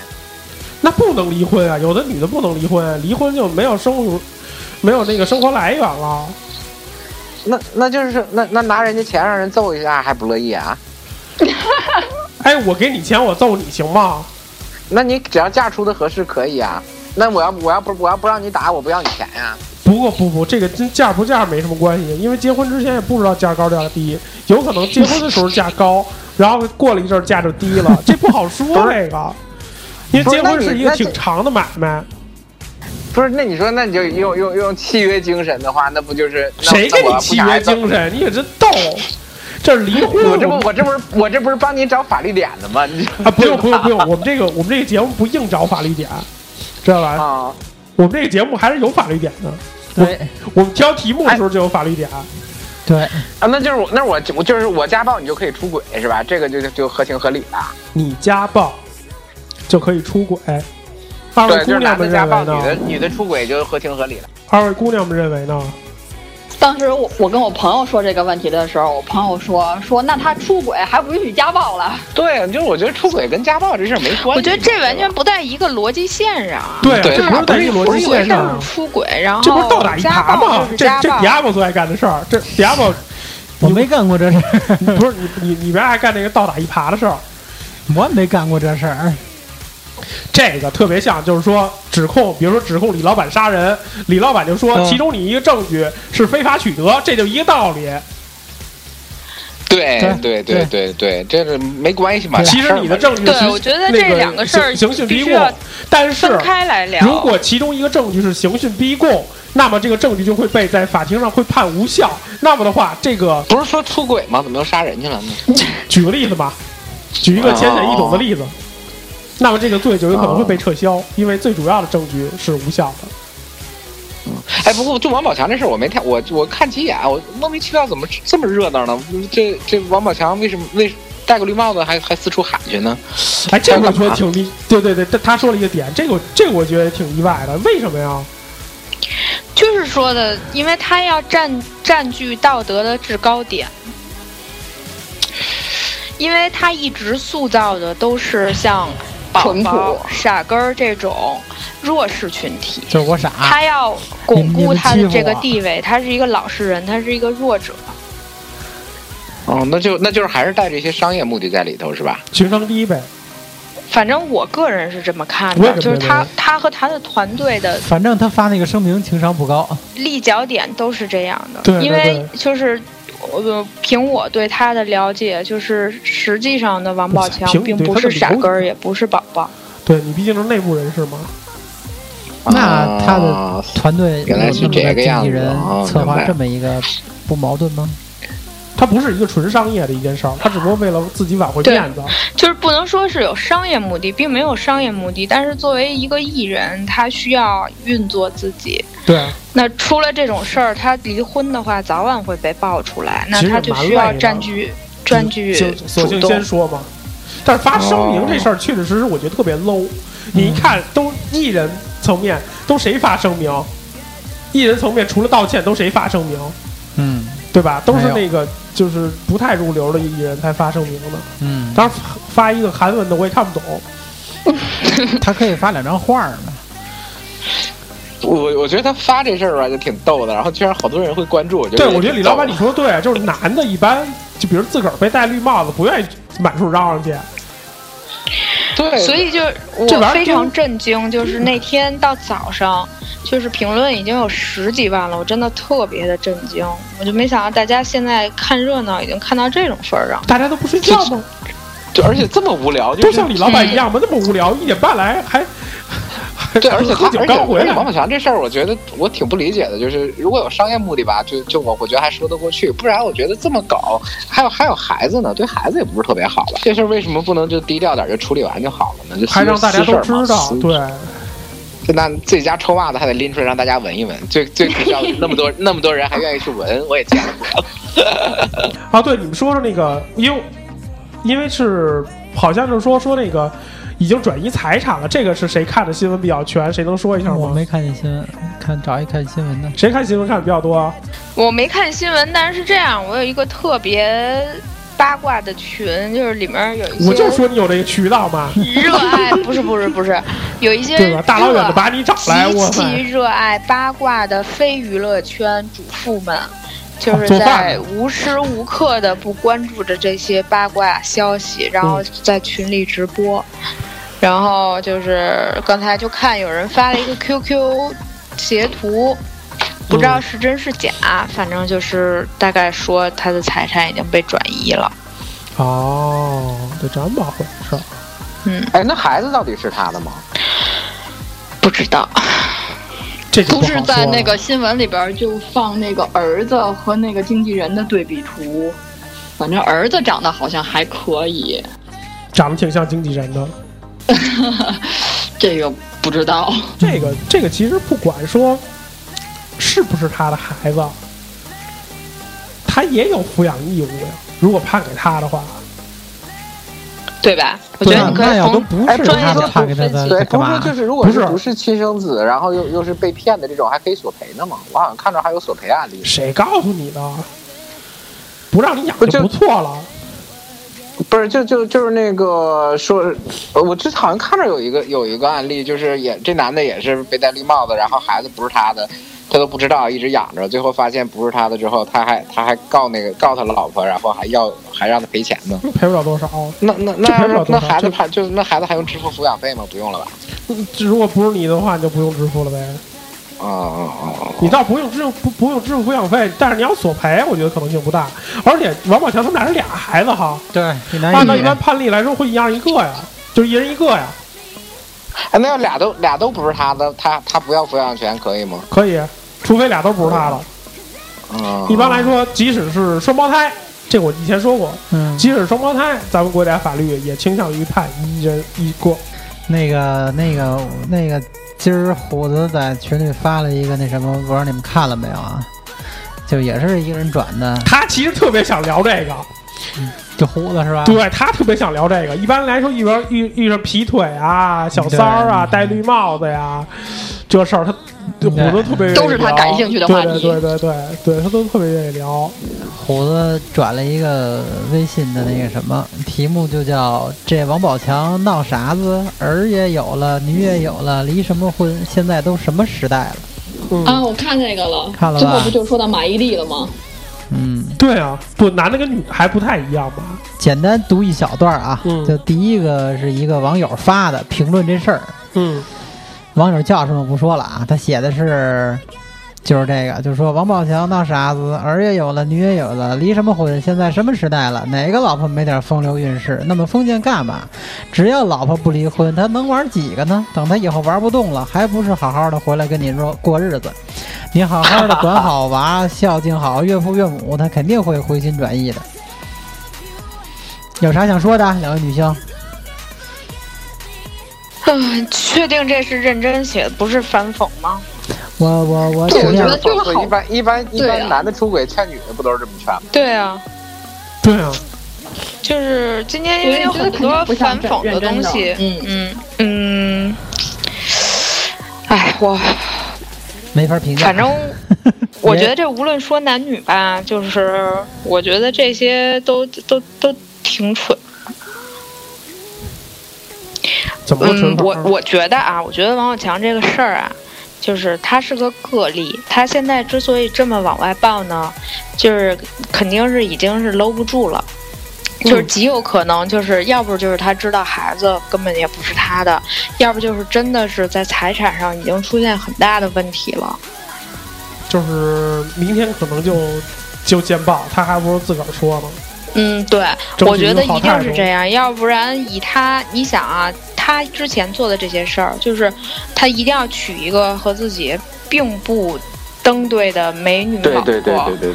Speaker 2: 那不能离婚啊，有的女的不能离婚，离婚就没有生活，没有那个生活来源了。
Speaker 5: 那那就是那那拿人家钱让人揍一下还不乐意啊？
Speaker 2: 哎，我给你钱，我揍你行吗？
Speaker 5: 那你只要价出的合适可以啊。那我要不我要不我要不让你打，我不要你钱呀、
Speaker 2: 不过不不，这个跟价不价没什么关系，因为结婚之前也不知道价高价低，有可能结婚的时候价高，然后过了一阵儿价就低 了，这不好说
Speaker 5: 不是
Speaker 2: 这个。因为
Speaker 5: 不是
Speaker 2: 结婚
Speaker 5: 那你
Speaker 2: 是一个
Speaker 5: 那
Speaker 2: 挺
Speaker 5: 这
Speaker 2: 长的买卖，
Speaker 5: 不是，那你说，那你就用用用契约精神的话，那不就是那
Speaker 2: 谁
Speaker 5: 那
Speaker 2: 给
Speaker 5: 我
Speaker 2: 你
Speaker 5: 要不
Speaker 2: 契
Speaker 5: 打
Speaker 2: 约
Speaker 5: 还怎么
Speaker 2: 精神？你可真逗！这离婚，
Speaker 5: 我这不我这不是我这不是帮你找法律点子吗？你
Speaker 2: 啊，不用不用不用，我们这个我们这个节目不硬找法律点，知道吧？
Speaker 5: 啊，
Speaker 2: 我们这个节目还是有法律点的。
Speaker 3: 对
Speaker 2: 我们挑题目的时候就有法律点，
Speaker 3: 对，
Speaker 5: 啊，那就是我，那我我就是我家暴，你就可以出轨是吧？这个就就就合情合理了。
Speaker 2: 你家暴就可以出轨。二位
Speaker 5: 对，就
Speaker 2: 姑
Speaker 5: 是
Speaker 2: 娘
Speaker 5: 男
Speaker 2: 们
Speaker 5: 的
Speaker 2: 认
Speaker 5: 家
Speaker 2: 为
Speaker 5: 暴，女的
Speaker 2: 呢？
Speaker 5: 女的出轨就合情合理了。
Speaker 2: 二位姑娘们认为呢？
Speaker 6: 当时我我跟我朋友说这个问题的时候，我朋友说说那他出轨还不允许家暴了。
Speaker 5: 对，啊就是我觉得出轨跟家暴这事儿没关系。
Speaker 4: 我觉得这完全
Speaker 5: 对吧
Speaker 4: 不在一个逻辑线上。
Speaker 2: 对，这
Speaker 5: 对
Speaker 4: 就是
Speaker 2: 不
Speaker 3: 啊
Speaker 2: 是在一个逻
Speaker 4: 出
Speaker 2: 辑
Speaker 4: 轨
Speaker 2: 线
Speaker 4: 就是
Speaker 2: 上，啊
Speaker 4: 出轨，然后
Speaker 2: 这不是倒打一
Speaker 4: 家
Speaker 2: 耙
Speaker 4: 暴
Speaker 3: 哦
Speaker 2: 吗
Speaker 4: 就？是
Speaker 2: 这
Speaker 4: 家
Speaker 2: 这
Speaker 4: 暴
Speaker 2: 迪亚博最爱干的事儿，这迪亚 博
Speaker 3: 我没干过这事儿，
Speaker 2: 不是你你你别爱干那个倒打一耙的事儿，
Speaker 3: 我没干过这事儿。
Speaker 2: 这个特别像，就是说指控，比如说指控李老板杀人，李老板就说、
Speaker 3: 嗯
Speaker 2: 其中你一个证据是非法取得，这就一个道理。
Speaker 5: 对
Speaker 3: 对对
Speaker 5: 对对对对，这个没关系嘛。
Speaker 2: 其实你的证据
Speaker 4: 对
Speaker 2: 是
Speaker 4: 我觉得
Speaker 2: 那
Speaker 4: 这两个事儿
Speaker 2: 刑刑讯
Speaker 4: 必
Speaker 2: 逼
Speaker 4: 须
Speaker 2: 供
Speaker 4: 要，
Speaker 2: 但是
Speaker 4: 分开来聊。
Speaker 2: 如果其中一个证据是刑讯逼供，那么这个证据就会被在法庭上会判无效。那么的话，这 个
Speaker 5: 不是说出轨吗？怎么又杀人去了呢？
Speaker 2: 举个例子吧，举一个浅显易懂的例子，那么这个罪就有可能会被撤销，因为最主要的证据是无效的。
Speaker 5: 哎，不过就王宝强这事儿，我没太我我看几眼，啊我莫名其妙怎么这么热闹呢？这这王宝强为什么为戴个绿帽子还还四处喊去呢？
Speaker 2: 哎，这个我觉得挺意，对对对，他他说了一个点，这个我这个我觉得挺意外的，为什么呀？
Speaker 4: 就是说的，因为他要占占据道德的制高点，因为他一直塑造的都是像宝
Speaker 6: 淳
Speaker 4: 宝
Speaker 6: 朴、
Speaker 4: 傻根儿这种弱势群体。
Speaker 3: 就是我
Speaker 2: 啊
Speaker 3: 傻，
Speaker 4: 他要
Speaker 3: 你
Speaker 4: 巩
Speaker 3: 你
Speaker 4: 固
Speaker 3: 们
Speaker 4: 他
Speaker 3: 欺
Speaker 4: 的
Speaker 3: 负
Speaker 4: 这个
Speaker 3: 我
Speaker 4: 地位，他是一个老实人，他是一个弱者。
Speaker 5: 哦，那就那就是还是带着一些商业目的在里头是吧？
Speaker 2: 情商低呗，
Speaker 4: 反正我个人是这么看
Speaker 2: 我也
Speaker 4: 的，
Speaker 2: 这么
Speaker 4: 就是
Speaker 2: 认
Speaker 4: 他
Speaker 2: 为
Speaker 4: 他和他的团队的
Speaker 3: 反正他发那个声明情商不
Speaker 5: 啊
Speaker 3: 高。
Speaker 4: 立脚点都是这样的，
Speaker 2: 对对
Speaker 4: 因为
Speaker 2: 对
Speaker 4: 就是呃，凭我对他的了解，就是实际上的王宝强
Speaker 2: 凭你
Speaker 4: 并
Speaker 2: 对
Speaker 4: 不
Speaker 2: 他的
Speaker 4: 是傻
Speaker 2: 了解
Speaker 4: 根儿，也不是宝宝。
Speaker 2: 对你毕竟是内部人士嘛。
Speaker 3: 那他的
Speaker 5: 啊
Speaker 3: 团队有
Speaker 5: 原
Speaker 3: 那
Speaker 5: 来
Speaker 3: 么
Speaker 5: 是
Speaker 3: 个
Speaker 5: 这个
Speaker 3: 经
Speaker 5: 样
Speaker 3: 纪
Speaker 5: 子
Speaker 3: 人
Speaker 5: 哦
Speaker 3: 策
Speaker 5: 明
Speaker 3: 划
Speaker 5: 白
Speaker 3: 这么一个，不矛盾吗？
Speaker 2: 它不是一个纯商业的一件事儿，它只不过为了自己挽回面子。
Speaker 4: 就是不能说是有商业目的，并没有商业目的，但是作为一个艺人，他需要运作自己。
Speaker 2: 对，
Speaker 4: 那出了这种事儿，他离婚的话，早晚会被爆出来，那
Speaker 2: 其实
Speaker 4: 他就
Speaker 2: 蛮
Speaker 4: 需要
Speaker 2: 累的
Speaker 4: 占据占据
Speaker 2: 就嗯索
Speaker 4: 主
Speaker 2: 性
Speaker 4: 动
Speaker 2: 先。说嘛。但是发
Speaker 5: 哦
Speaker 2: 声明这事儿，确确实实我觉得特别 low。你
Speaker 5: 嗯
Speaker 2: 一看，都艺人层面都谁发声明？艺人层面除了道歉，都谁发声明？
Speaker 3: 嗯
Speaker 2: 对吧？都是
Speaker 3: 没
Speaker 2: 那个就是不太入流的艺人才发声明的。
Speaker 3: 嗯，
Speaker 2: 当然发发一个韩文的我也看不懂。
Speaker 3: 他可以发两张画儿嘛。
Speaker 5: 我我觉得他发这事儿吧就挺逗的，然后居然好多人会关注，我觉得
Speaker 2: 对，
Speaker 5: 也
Speaker 2: 我觉得
Speaker 5: 挺
Speaker 2: 李老板
Speaker 5: 逗
Speaker 2: 你说的对，啊就是男的一般就比如自个儿被戴绿帽子，不愿意满处嚷嚷去。
Speaker 5: 对，
Speaker 4: 所以就是
Speaker 2: 这玩意
Speaker 4: 我
Speaker 2: 儿
Speaker 4: 非
Speaker 2: 真
Speaker 4: 常震惊，就是那天到早上，就是评论已经有十几万了，我真的特别的震惊，我就没想到大家现在看热闹已经看到这种份儿上。
Speaker 2: 大家都不睡觉吗？
Speaker 5: 就而且这么无聊，就
Speaker 2: 都
Speaker 5: 是
Speaker 2: 像李老板一样吗？那么无聊，一点半来还还
Speaker 5: 对，而且他
Speaker 2: 喝
Speaker 5: 而
Speaker 2: 酒
Speaker 5: 且
Speaker 2: 刚回
Speaker 5: 而且王
Speaker 2: 来，
Speaker 5: 宝强这事儿，我觉得我挺不理解的，就是如果有商业目的吧，就就我我觉得还说得过去，不然我觉得这么搞，还有还有孩子呢，对孩子也不是特别好吧？这事儿为什么不能就低调点儿就处理完就好了呢？就私
Speaker 2: 还让大家
Speaker 5: 私事
Speaker 2: 都
Speaker 5: 儿
Speaker 2: 知
Speaker 5: 嘛
Speaker 2: 道
Speaker 5: 私。
Speaker 2: 对，
Speaker 5: 就那自己家臭袜子还得拎出来让大家闻一闻，最最可笑的是那么多 那么多人还愿意去闻，我也见了不少。
Speaker 2: 啊，对，你们说说那个，因为因为是好像是说说那个已经转移财产了，这个是谁看的新闻比较全？谁能说一下
Speaker 3: 我
Speaker 2: 吗？
Speaker 3: 没看见新闻，看找一看新闻呢。
Speaker 2: 谁看新闻看的比较多啊？
Speaker 4: 我没看新闻，但是是这样，我有一个特别八卦的群，就是里面有一些
Speaker 2: 我就说你有这个渠道嘛，
Speaker 4: 热爱，不是不是不是，有一些
Speaker 2: 对吧？大老远的
Speaker 4: 热
Speaker 2: 把你找来，我
Speaker 4: 极其热爱八卦的非娱乐圈主妇们，就是
Speaker 2: 啊做饭
Speaker 4: 在无时无刻的不关注着这些八卦消息，然
Speaker 2: 嗯
Speaker 4: 后在群里直播，然后就是刚才就看有人发了一个 QQ 截图。不
Speaker 2: 嗯
Speaker 4: 知道是真是假，反正就是大概说他的财产已经被转移了。
Speaker 2: 哦，对，这么回事儿。
Speaker 5: 哎，那孩子到底是他的吗？
Speaker 4: 不知道，
Speaker 2: 这就
Speaker 7: 都
Speaker 2: 不好
Speaker 7: 是在
Speaker 2: 说
Speaker 7: 那
Speaker 2: 了
Speaker 7: 个新闻里边儿就放那个儿子和那个经纪人的对比图，反正儿子长得好像还可以，
Speaker 2: 长得挺像经纪人的。
Speaker 7: 这个不知 道。
Speaker 2: 这个这个其实不管说是不是他的孩子，他也有抚养义务呀。如果判给他的话，
Speaker 7: 对吧？
Speaker 2: 嗯
Speaker 7: 我觉
Speaker 3: 对
Speaker 7: 得
Speaker 3: 啊，
Speaker 7: 你可
Speaker 3: 那
Speaker 7: 以
Speaker 3: 要都
Speaker 7: 从
Speaker 3: 不
Speaker 5: 哎，
Speaker 3: 是
Speaker 5: 不是
Speaker 3: 他
Speaker 5: 说
Speaker 3: 的，他给他的
Speaker 5: 对，
Speaker 3: 哎干
Speaker 5: 不是
Speaker 3: 嘛
Speaker 5: 说？就是如果是
Speaker 2: 不是
Speaker 5: 不是亲生子，然后又又是被骗的这种，还可以索赔呢嘛？我好像看着还有索赔案例。
Speaker 2: 谁告诉你的？不让你养就不错了。
Speaker 5: 不是，就就就是那个说，呃我之前好像看着有一个有一个案例，就是也这男的也是被戴绿帽子，然后孩子不是他的，他都不知道，一直养着，最后发现不是他的之后，他还他还告那个告他老婆，然后还要还让他赔钱呢。
Speaker 2: 赔不了多少。
Speaker 5: 那那那
Speaker 2: 这赔不了
Speaker 5: 那
Speaker 2: 多
Speaker 5: 那
Speaker 2: 少
Speaker 5: 孩子
Speaker 2: 这
Speaker 5: 判就那孩子还用支付抚养费吗？不用了吧？
Speaker 2: 这嗯如果不是你的话，你就不用支付了呗。
Speaker 5: 啊啊啊！啊
Speaker 2: 你倒不用支付不不用支付抚养费，但是你要索赔，我觉得可能性不大。而且王宝强他们俩是俩孩子哈，
Speaker 3: 对，一男
Speaker 2: 按照
Speaker 3: 一
Speaker 2: 一般
Speaker 3: 女，
Speaker 2: 判例来说会一样一个呀，就是一人一个呀，
Speaker 5: 哎，那要俩都俩都不是他的，他他不要抚养权可以吗？
Speaker 2: 可以，除非俩都不是他的。
Speaker 5: 嗯，
Speaker 2: 一般来说，即使是双胞胎，这我以前说过，
Speaker 3: 嗯，
Speaker 2: 即使是双胞胎，咱们国家法律也倾向于判一人一个。
Speaker 3: 那个那个那个，今儿虎子在群里发了一个那什么，我让你们看了没有啊？就也是一个人转的，
Speaker 2: 他其实特别想聊这
Speaker 3: 啊
Speaker 2: 个，
Speaker 3: 就虎子是吧？
Speaker 2: 对他特别想聊这个。一般来说，遇上遇遇上劈腿啊、小三儿啊、
Speaker 3: 对
Speaker 2: 戴绿帽子呀这事儿，他
Speaker 3: 对
Speaker 2: 虎子特别愿意
Speaker 7: 都是他
Speaker 2: 聊
Speaker 7: 感兴趣的话题
Speaker 2: 对对对对对对，他都特别愿意聊。
Speaker 3: 虎子转了一个微信的那个什么，题目就叫“这王宝强闹啥子，儿也有了，女也有了，离什么婚？现在都什么时代了
Speaker 2: 嗯
Speaker 7: 啊，我看那个了，
Speaker 3: 看了
Speaker 7: 最后
Speaker 3: 吧
Speaker 7: 不就说到马伊琍了吗？？”
Speaker 3: 嗯，
Speaker 2: 对啊，不，男的跟女的还不太一样吧？
Speaker 3: 简单读一小段啊，
Speaker 2: 嗯
Speaker 3: 就第一个是一个网友发的评论这事儿，
Speaker 2: 嗯
Speaker 3: 网友叫什么不说了啊，他写的是。就是这个，就是说王宝强闹啥子，儿也有了，女也有了，离什么婚？现在什么时代了？哪个老婆没点风流韵事？那么封建干嘛？只要老婆不离婚，他能玩几个呢？等他以后玩不动了，还不是好好的回来跟你说过日子？你好好的管好娃，孝敬好岳父岳母，他肯定会回心转意的。有啥想说的，两位女性？
Speaker 4: 嗯，确定这是认真写的，不是反讽吗？
Speaker 3: 我我我
Speaker 7: 对
Speaker 3: 尽
Speaker 7: 我觉
Speaker 3: 量
Speaker 7: 得就是好
Speaker 5: 一般一般一
Speaker 7: 对啊
Speaker 5: 般男的出轨劝女的不都是这么劝吗？
Speaker 4: 对啊，，
Speaker 2: 对啊，
Speaker 4: 就是今天
Speaker 7: 因
Speaker 4: 因
Speaker 7: 为
Speaker 4: 为有很多反讽的东西，
Speaker 7: 嗯
Speaker 4: 嗯嗯，哎，我
Speaker 3: 没法评价。
Speaker 4: 反正我觉得这无论说男女吧，就是我觉得这些都都都挺蠢。
Speaker 2: 怎么个
Speaker 4: 嗯
Speaker 2: 纯，法
Speaker 4: 我我觉得啊，我觉得王宝强这个事儿啊，就是他是个个例。他现在之所以这么往外爆呢，就是肯定是已经是搂不住了。就是
Speaker 2: 嗯
Speaker 4: 极有可能，就是要不就是他知道孩子根本也不是他的，要不就是真的是在财产上已经出现很大的问题了。
Speaker 2: 就是明天可能就就见报，他还不如自个儿说呢。
Speaker 4: 嗯，对，
Speaker 2: 争取
Speaker 4: 我觉得
Speaker 2: 一个
Speaker 4: 一
Speaker 2: 好
Speaker 4: 定
Speaker 2: 态
Speaker 4: 是
Speaker 2: 度
Speaker 4: 这样，要不然以他，你想啊，他之前做的这些事儿，就是他一定要娶一个和自己并不登对的美女老婆。
Speaker 5: 对，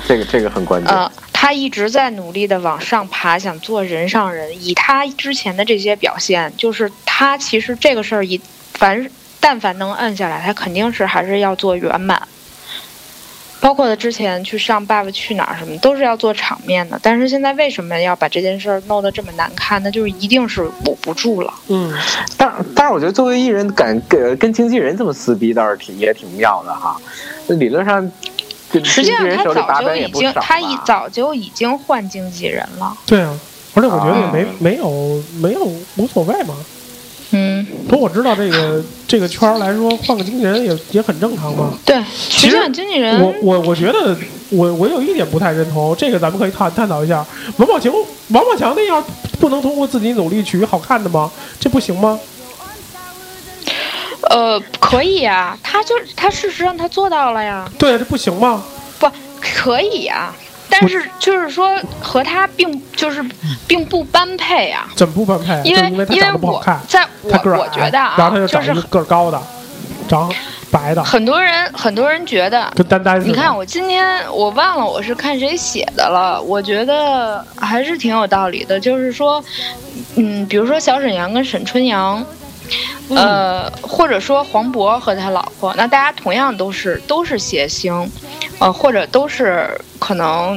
Speaker 5: 这个这个很关
Speaker 4: 呃，他一直在努力的往上爬，想做人上人。以他之前的这些表现，就是他其实这个事儿一凡但凡能摁下来，他肯定是还是要做圆满。包括他之前去上《爸爸去哪儿》什么，都是要做场面的。但是现在为什么要把这件事儿弄得这么难看？那就是一定是捂不住了。
Speaker 2: 嗯，
Speaker 5: 但但是我觉得作为艺人敢跟跟经纪人这么撕逼，倒是挺也挺妙的哈。那理论上，这
Speaker 4: 实际
Speaker 5: 经纪
Speaker 4: 上，
Speaker 5: 人
Speaker 4: 他
Speaker 5: 手里把
Speaker 4: 早就
Speaker 5: 柄也
Speaker 4: 已
Speaker 5: 不
Speaker 4: 经
Speaker 5: 少，
Speaker 4: 他一
Speaker 5: 吧
Speaker 4: 早就已经换经纪人了。
Speaker 2: 对啊，而且我觉得也没、
Speaker 5: 啊
Speaker 2: 没有没有无所谓嘛。
Speaker 4: 嗯，
Speaker 2: 不过我知道这个这个圈儿来说，换个经纪人也也很正常嘛。
Speaker 4: 对，
Speaker 2: 其
Speaker 4: 实际
Speaker 2: 实
Speaker 4: 上经纪人
Speaker 2: 我我我觉得我我有一点不太认同，这个咱们可以探探讨一下。王宝强王宝强那样不能通过自己努力娶好看的吗？这不行吗？
Speaker 4: 呃，可以呀、他就是他，事实上他做到了呀，
Speaker 2: 对啊，这不行吗？
Speaker 4: 不可以呀、但是就是说和他并就是并不般配啊，
Speaker 2: 怎么不般配啊？嗯
Speaker 4: 因
Speaker 2: 就
Speaker 4: 为
Speaker 2: 因为他
Speaker 4: 因为
Speaker 2: 长得不好
Speaker 4: 我
Speaker 2: 看，
Speaker 4: 在我
Speaker 2: 他个儿矮，
Speaker 4: 我觉得
Speaker 2: 然后他就，
Speaker 4: 啊就
Speaker 2: 找
Speaker 4: 是
Speaker 2: 一个个儿高的，长白的，
Speaker 4: 很多人很多人觉得，
Speaker 2: 跟单单似的。
Speaker 4: 你看我今天我忘了我是看谁写的了，我觉得还是挺有道理的，就是说，嗯，比如说小沈阳跟沈春阳。
Speaker 2: 嗯
Speaker 4: 呃，或者说黄渤和他老婆，那大家同样都是都是谐星，呃，或者都是可能，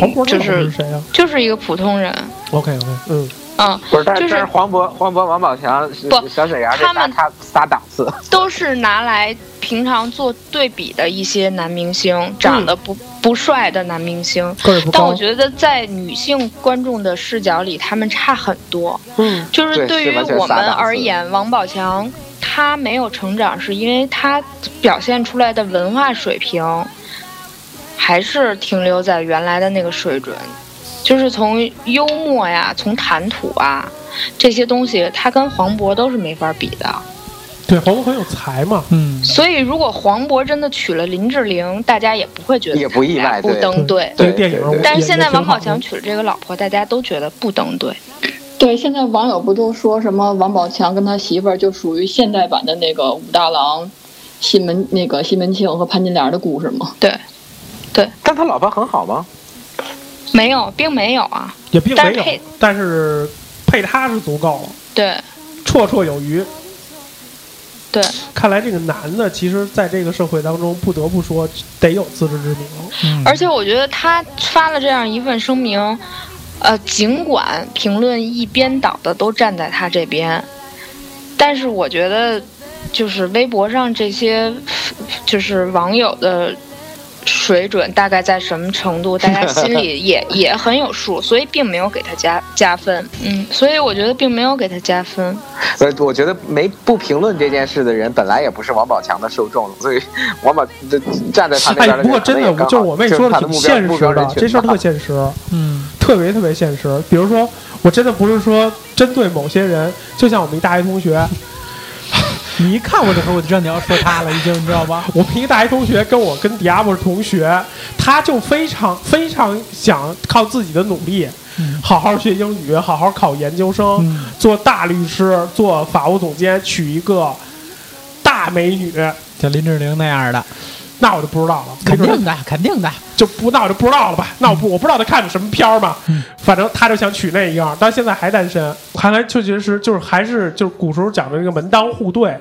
Speaker 2: 黄渤
Speaker 4: 嗯，
Speaker 2: 这
Speaker 4: 就
Speaker 2: 老是
Speaker 4: 是
Speaker 2: 谁啊
Speaker 4: 就是一个普通人，
Speaker 2: ？OK OK，嗯，
Speaker 4: 嗯，
Speaker 5: 不是，但
Speaker 4: 就是
Speaker 5: 但是黄渤、黄渤、王宝强、是
Speaker 4: 不
Speaker 5: 小沈阳这
Speaker 4: 他
Speaker 5: 仨
Speaker 4: 们
Speaker 5: 他仨档次，
Speaker 4: 都是拿来平常做对比的一些男明星，长得不、不帅的男明星。
Speaker 2: 个儿不
Speaker 4: 但
Speaker 2: 高啊
Speaker 4: 我。觉得在女性观众的视角里，他们差很多。
Speaker 2: 嗯，
Speaker 4: 就是
Speaker 5: 对是
Speaker 4: 于
Speaker 5: 完全
Speaker 4: 我
Speaker 5: 仨
Speaker 4: 们
Speaker 5: 档次
Speaker 4: 而言，王宝强他没有成长，是因为他表现出来的文化水平还是停留在原来的那个水准，就是从幽默呀，从谈吐啊这些东西，他跟黄渤都是没法比的。
Speaker 2: 对，黄渤很有才嘛。
Speaker 3: 嗯，
Speaker 4: 所以，如果黄渤真的娶了林志玲，大家也不会觉得
Speaker 5: 也不意外，
Speaker 4: 不
Speaker 5: 对
Speaker 4: 登嗯对。
Speaker 2: 这
Speaker 5: 对
Speaker 2: 个电影
Speaker 5: 对对
Speaker 2: 我
Speaker 4: 但是现在
Speaker 2: 也挺
Speaker 4: 王
Speaker 2: 好
Speaker 4: 宝强娶了这个老婆，大家都觉得不登对。
Speaker 8: 对，现在网友不都说什么王宝强跟他媳妇儿就属于现代版的那个武大郎、西门那个西门庆和潘金莲的故事吗？
Speaker 4: 对，
Speaker 5: 但他老婆很好吗？
Speaker 4: 没有，并没有啊。
Speaker 2: 也并没
Speaker 4: 但是
Speaker 2: 有
Speaker 4: 配，
Speaker 2: 但是配他是足够了，
Speaker 4: 对
Speaker 2: 绰绰有余。
Speaker 4: 对，
Speaker 2: 看来这个男的，其实在这个社会当中，不得不说得有自知之明。
Speaker 3: 嗯
Speaker 4: 而且我觉得他发了这样一份声明，呃，尽管评论一边倒的都站在他这边，但是我觉得，就是微博上这些，就是网友的水准大概在什么程度，大家心里 也也很有数，所以并没有给他加加分。嗯，所以我觉得并没有给他加分。
Speaker 5: 所以呃我觉得没不评论这件事的人，本来也不是王宝强的受众，所以王宝这站在他那边的
Speaker 2: 哎，
Speaker 5: 人
Speaker 2: 不过真
Speaker 5: 可能
Speaker 2: 的，
Speaker 5: 也刚好
Speaker 2: 就是我跟你
Speaker 5: 就是
Speaker 2: 说
Speaker 5: 他
Speaker 2: 的
Speaker 5: 的
Speaker 2: 挺
Speaker 5: 目标
Speaker 2: 现
Speaker 5: 目
Speaker 2: 实
Speaker 5: 标人
Speaker 2: 的，
Speaker 5: 群
Speaker 2: 这事儿
Speaker 5: 吧
Speaker 2: 特现实。
Speaker 3: 嗯
Speaker 2: 特别特别现实。比如说，我真的不是说针对某些人，就像我们一大学同学，
Speaker 3: 你一看我这会儿我就知道你要说他了，已经你知道吧？
Speaker 2: 我们一大学同学跟我跟迪亚布是同学，他就非常非常想靠自己的努力，
Speaker 3: 嗯
Speaker 2: 好好学英语，好好考研究生，
Speaker 3: 嗯
Speaker 2: 做大律师，做法务总监，娶一个大美女。
Speaker 3: 像林志玲那样的，
Speaker 2: 那我就不知道了，
Speaker 3: 肯
Speaker 2: 没准
Speaker 3: 定的，肯定的。
Speaker 2: 就不那我就不知道了
Speaker 3: 嗯
Speaker 2: 吧？那我不我不知道他看的什么片儿嘛，反正他就想娶那一样，但现在还单身。看来确实是就是还是就是古时候讲的那个门当户对，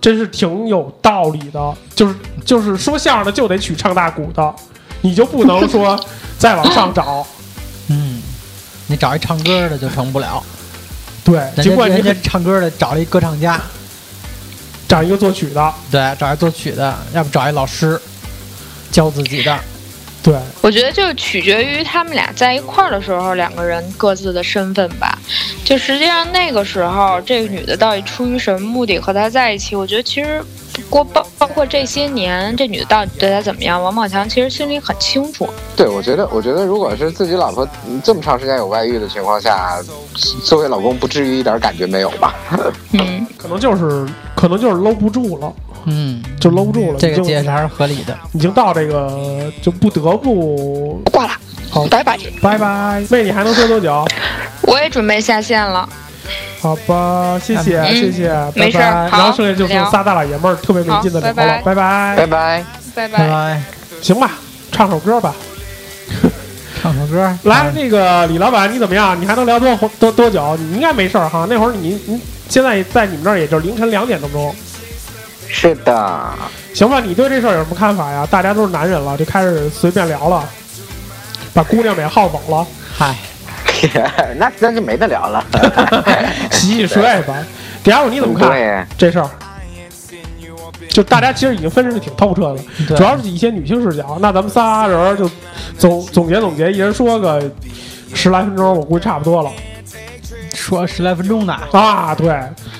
Speaker 2: 真是挺有道理的。就是就是说相声的就得娶唱大鼓的，你就不能说再往上找。
Speaker 3: 嗯，你找一唱歌的就成不了，
Speaker 2: 对，
Speaker 3: 人
Speaker 2: 尽
Speaker 3: 家
Speaker 2: 管你
Speaker 3: 人家
Speaker 2: 很
Speaker 3: 唱歌的找了一歌唱家，
Speaker 2: 找一个作曲的，
Speaker 3: 对，找一作曲的，要不找一老师教自己的，
Speaker 2: 对，
Speaker 3: 嗯
Speaker 4: 我觉得就取决于他们俩在一块儿的时候，两个人各自的身份吧。就实际上那个时候，这个女的到底出于什么目的和他在一起？我觉得其实过包包括这些年，这女的到底对他怎么样，王宝强其实心里很清楚。
Speaker 5: 对，我觉得，我觉得，如果是自己老婆嗯这么长时间有外遇的情况下，作为老公不至于一点感觉没有吧？
Speaker 4: 嗯，
Speaker 2: 可能就是可能就是搂不住了，
Speaker 3: 嗯，
Speaker 2: 就搂不住了。
Speaker 3: 这个
Speaker 2: 已
Speaker 3: 解
Speaker 2: 经
Speaker 3: 释还是合理的。
Speaker 2: 已经到这个就不得不
Speaker 4: 挂了，
Speaker 2: 好
Speaker 4: 拜拜。
Speaker 2: 拜拜。妹，你还能说多久？
Speaker 4: 我也准备下线了。
Speaker 2: 好吧，谢谢、啊
Speaker 4: 嗯
Speaker 2: 谢谢，拜
Speaker 4: 没事
Speaker 2: 拜。
Speaker 4: 儿好
Speaker 2: 然后剩下就是
Speaker 4: 聊
Speaker 2: 仨大老爷们儿特别没劲的聊了，
Speaker 4: 好拜拜
Speaker 2: 拜拜
Speaker 5: 拜拜。
Speaker 4: 拜
Speaker 3: 拜拜，
Speaker 2: 行吧，唱首歌吧。
Speaker 3: 唱首歌，
Speaker 2: 来，
Speaker 3: 嗯
Speaker 2: 那个李老板，你怎么样？你还能聊多会多多久？你应该没事儿哈。那会儿你你现在在你们那儿也就凌晨两点多钟，
Speaker 5: 是的，
Speaker 2: 行吧？你对这事儿有什么看法呀？大家都是男人了，就开始随便聊了，把姑娘们也耗走了，
Speaker 3: 嗨，
Speaker 5: 那那就没得聊了。
Speaker 2: 洗洗睡吧。迪亚你怎么看
Speaker 5: 对，
Speaker 2: 这事儿？就大家其实已经分析的挺透彻了。
Speaker 3: 对
Speaker 2: 主要是以一些女性视角。那咱们仨人儿就总总结总结，一人说个十来分钟，我估计差不多了
Speaker 3: 说十来分钟呢，
Speaker 2: 啊。对，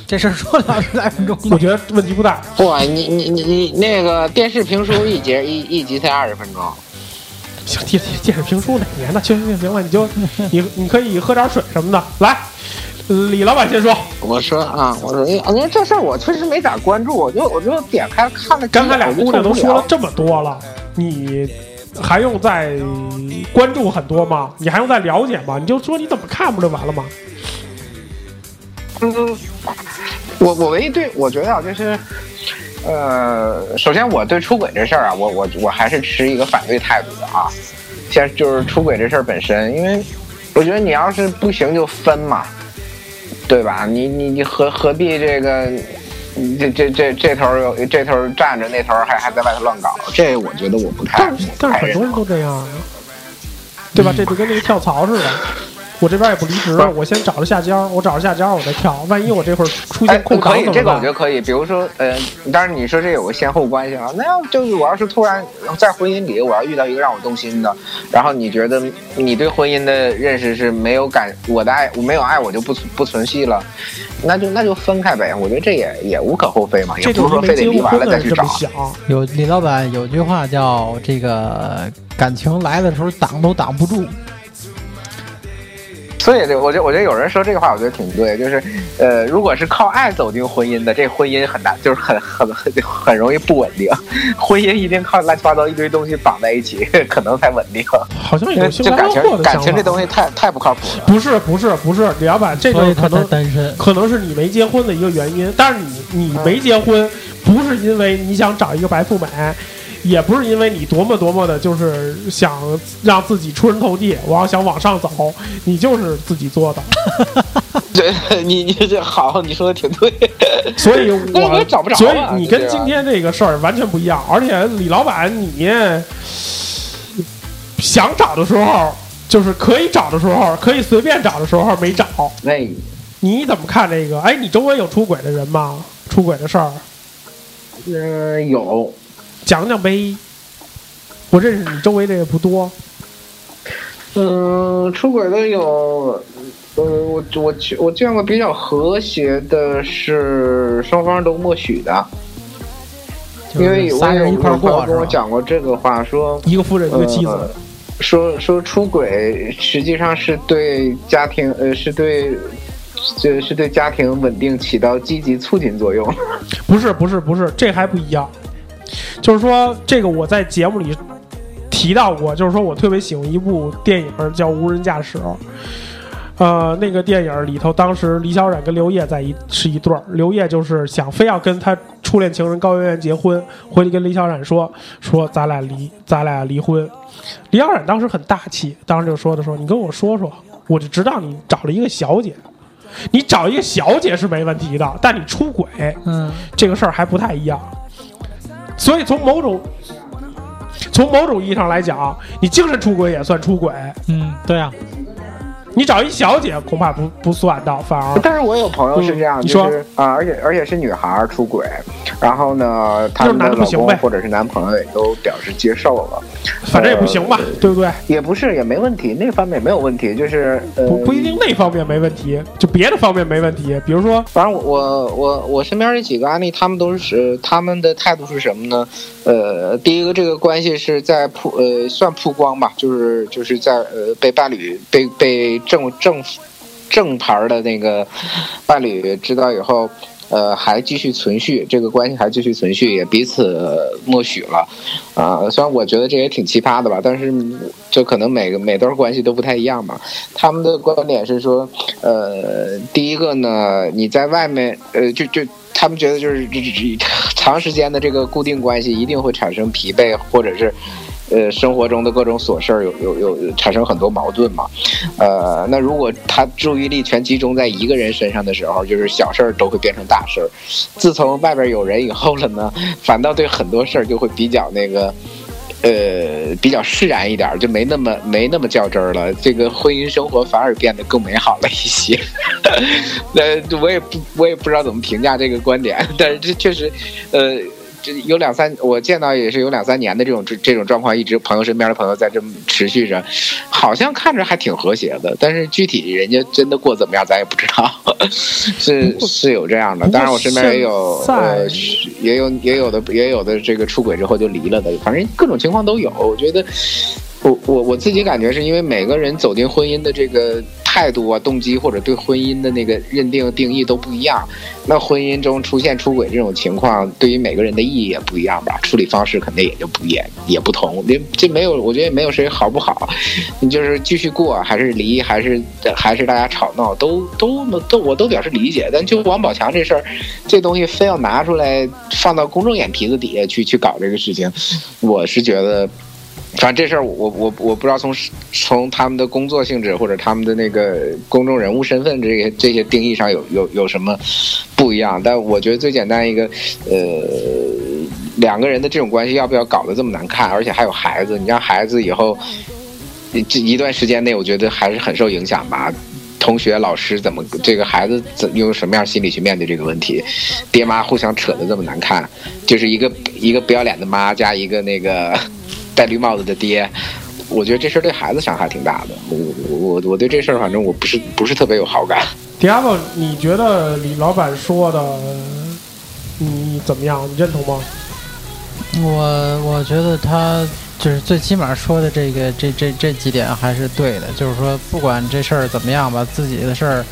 Speaker 3: 这事儿说不了十来分钟
Speaker 2: 我
Speaker 3: 吧？
Speaker 2: 觉得问题不大。
Speaker 5: 哇，你你你你那个电视评书一节一一集才二十分钟，
Speaker 2: 行，电电视评书哪年的？行行行了，你就你你可以喝点水什么的。来，李老板先说，
Speaker 5: 我说啊，我说哎，我说这事儿我确实没咋关注，我就我就点开看了几
Speaker 2: 刚
Speaker 5: 眼，
Speaker 2: 才俩
Speaker 5: 我就
Speaker 2: 姑娘都
Speaker 5: 受不
Speaker 2: 说
Speaker 5: 了
Speaker 2: 了这么多了，你还用再关注很多吗？你还用再了解吗？你就说你怎么看不就完了吗？
Speaker 5: 嗯，我我唯一对我觉得啊，就是，呃，首先我对出轨这事儿啊，我我我还是持一个反对态度的啊。先就是出轨这事儿本身，因为我觉得你要是不行就分嘛，对吧？你你你何何必这个？你这这这这头儿有这头儿站着，那头儿还还在外头乱搞，这我觉得我不太
Speaker 2: 但是但是
Speaker 5: 太
Speaker 2: 很
Speaker 5: 认
Speaker 2: 多人都这样啊，对
Speaker 5: 嗯
Speaker 2: 吧？这就跟那个跳槽似的。我这边也不离职，我先找着下家，我找着下家我再跳。万一我这会儿出现空档
Speaker 5: 哎可以，
Speaker 2: 怎
Speaker 5: 这
Speaker 2: 么
Speaker 5: 个我
Speaker 2: 办？
Speaker 5: 觉得可以。比如说，呃，当然你说这有个先后关系啊，那要就是我要是突然在婚姻里，我要遇到一个让我动心的，然后你觉得你对婚姻的认识是没有感，我的爱我没有爱我就不存不存续了，那就那就分开呗。我觉得这也也无可厚非嘛，也
Speaker 2: 这就
Speaker 5: 不
Speaker 2: 是是
Speaker 5: 说
Speaker 2: 没
Speaker 5: 非得
Speaker 2: 结
Speaker 5: 离
Speaker 2: 过
Speaker 5: 完
Speaker 2: 婚
Speaker 5: 了
Speaker 2: 的
Speaker 5: 再
Speaker 2: 人这
Speaker 5: 去找啊
Speaker 2: 么。想。
Speaker 3: 有李老板有句话叫“这个感情来的时候挡都挡不住
Speaker 5: 所以，这我觉得我觉得有人说这个话，我觉得挺对，就是，呃，如果是靠爱走进婚姻的，这婚姻很难，就是很很很很容易不稳定。 婚姻一定靠乱七八糟一堆东西绑在一起，可能才稳定。
Speaker 2: 好像
Speaker 5: 因
Speaker 2: 有
Speaker 5: 为
Speaker 2: 些
Speaker 5: 这感
Speaker 2: 观落
Speaker 5: 情
Speaker 2: 的
Speaker 5: 感
Speaker 2: 想
Speaker 5: 情这
Speaker 2: 法。
Speaker 5: 东西太太不靠谱了。
Speaker 2: 不是不是不是，李老板，”，这
Speaker 3: 所
Speaker 2: 个
Speaker 3: 以他
Speaker 2: 可
Speaker 3: 才
Speaker 2: 能
Speaker 3: 单身。
Speaker 2: 可能是你没结婚的一个原因。但是你你没结婚，不是因为你想找一个白富美，也不是因为你多么多么的，就是想让自己出人头地，我要想往上走，你就是自己做的。
Speaker 5: 对，你你这好，你说的挺对。
Speaker 2: 所以
Speaker 5: 那我
Speaker 2: 我
Speaker 5: 也找不着啊
Speaker 2: 所以你
Speaker 5: 对
Speaker 2: 跟
Speaker 5: 吧
Speaker 2: 今天这个事儿完全不一样。而且李老板，你想找的时候，就是可以找的时候，可以随便找的时候没找。
Speaker 5: 那
Speaker 2: 你怎么看这个？哎，你周围有出轨的人吗？出轨的事儿，
Speaker 5: 呃有，
Speaker 2: 讲讲呗。我认识你周围的也不多，
Speaker 5: 嗯、出轨的有，呃，我我见我见过比较和谐的是双方都默许的，
Speaker 2: 嗯
Speaker 3: 就
Speaker 5: 因为
Speaker 3: 是
Speaker 5: 有
Speaker 3: 仨
Speaker 5: 我有
Speaker 3: 人一块儿
Speaker 5: 有朋友
Speaker 3: 过是
Speaker 5: 跟我
Speaker 3: 吧？
Speaker 5: 讲过这个话，说
Speaker 2: 一个夫人一个妻子，
Speaker 5: 呃说说出轨实际上是对家庭呃是对。这是对家庭稳定起到积极促进作用。
Speaker 2: 啊不是不是不是，这还不一样。就是说，这个我在节目里提到过，就是说我特别喜欢一部电影叫《无人驾驶》。呃，那个电影里头，当时李小冉跟刘烨在一是一对儿，刘烨就是想非要跟他初恋情人高圆圆结婚，回去跟李小冉说说咱俩离，咱俩离婚。李小冉当时很大气，当时就说的说你跟我说说，我就知道你找了一个小姐，你找一个小姐是没问题的，但你出轨，
Speaker 3: 嗯，
Speaker 2: 这个事儿还不太一样。所以从某种从某种意义上来讲，你精神出轨也算出轨，
Speaker 3: 嗯，对啊，
Speaker 2: 你找一小姐恐怕不不算到，反而
Speaker 5: 但是我有朋友是这样，
Speaker 2: 嗯你
Speaker 5: 就
Speaker 2: 说
Speaker 5: 是啊、而且而且是女孩儿出轨，然后呢，她
Speaker 2: 就是
Speaker 5: 们
Speaker 2: 男的
Speaker 5: 的
Speaker 2: 不
Speaker 5: 老
Speaker 2: 行
Speaker 5: 公
Speaker 2: 呗
Speaker 5: 或者是男朋友也都表示接受了，
Speaker 2: 反正也不行吧，对不对？
Speaker 5: 也不是也没问题，那方面没有问题，就是呃，
Speaker 2: 不不一定那方面没问题，就别的方面没问题，比如说
Speaker 5: 反正我我我我身边这几个案例，他们都是他们的态度是什么呢？呃，第一个，这个关系是在曝呃算曝光吧，就是就是在呃被伴侣被被正正正牌的那个伴侣知道以后，呃还继续存续，这个关系还继续存续，也彼此呃默许了啊、虽然我觉得这也挺奇葩的吧，但是就可能每个每段关系都不太一样吧。他们的观点是说，呃，第一个呢，你在外面，呃，就就他们觉得就是这这这长时间的这个固定关系一定会产生疲惫，或者是。呃，生活中的各种琐事儿有有有 有产生很多矛盾嘛，呃，那如果他注意力全集中在一个人身上的时候，就是小事儿都会变成大事儿。自从外边有人以后了呢，反倒对很多事儿就会比较那个，呃，比较释然一点儿，就没那么没那么较真儿了。这个婚姻生活反而变得更美好了一些。 呃，我也不我也不知道怎么评价这个观点，但是这确实，呃。这有两三，我见到也是有两三年的这种这这种状况，一直朋友身边的朋友在这么持续着，好像看着还挺和谐的，但是具体人家真的过怎么样，咱也不知道， 是是有这样的。
Speaker 2: 不过
Speaker 5: 当然，我身边也有
Speaker 2: 现在
Speaker 5: 呃，是也有也有的也有的这个出轨之后就离了的，反正各种情况都有。我觉得我我我自己感觉是因为每个人走进婚姻的这个。态度啊、动机或者对婚姻的那个认定定义都不一样。那婚姻中出现出轨这种情况，对于每个人的意义也不一样吧，处理方式肯定也就不也也不同。这这没有，我觉得也没有谁好不好，你就是继续过还是离，还是还是大家吵闹，都都都我都表示理解。但就王宝强这事儿，这东西非要拿出来放到公众眼皮子底下去去搞这个事情，我是觉得。反正这事儿我我我不知道从从他们的工作性质或者他们的那个公众人物身份这些这些定义上有有有什么不一样，但我觉得最简单一个呃。两个人的这种关系要不要搞得这么难看？而且还有孩子，你让孩子以后这一段时间内，我觉得还是很受影响吧。同学、老师怎么这个孩子怎用什么样心理去面对这个问题？爹妈互相扯得这么难看，就是一个一个不要脸的妈加一个那个 戴绿帽子的爹，我觉得这事儿对孩子伤害挺大的。我我我对这事儿反正我不是不是特别有好感。
Speaker 2: 迪亚哥，你觉得李老板说的呃你怎么样？你认同吗？
Speaker 3: 我我觉得他就是最起码说的这个这这这几点还是对的，就是说不管这事儿怎么样吧，自己的事儿，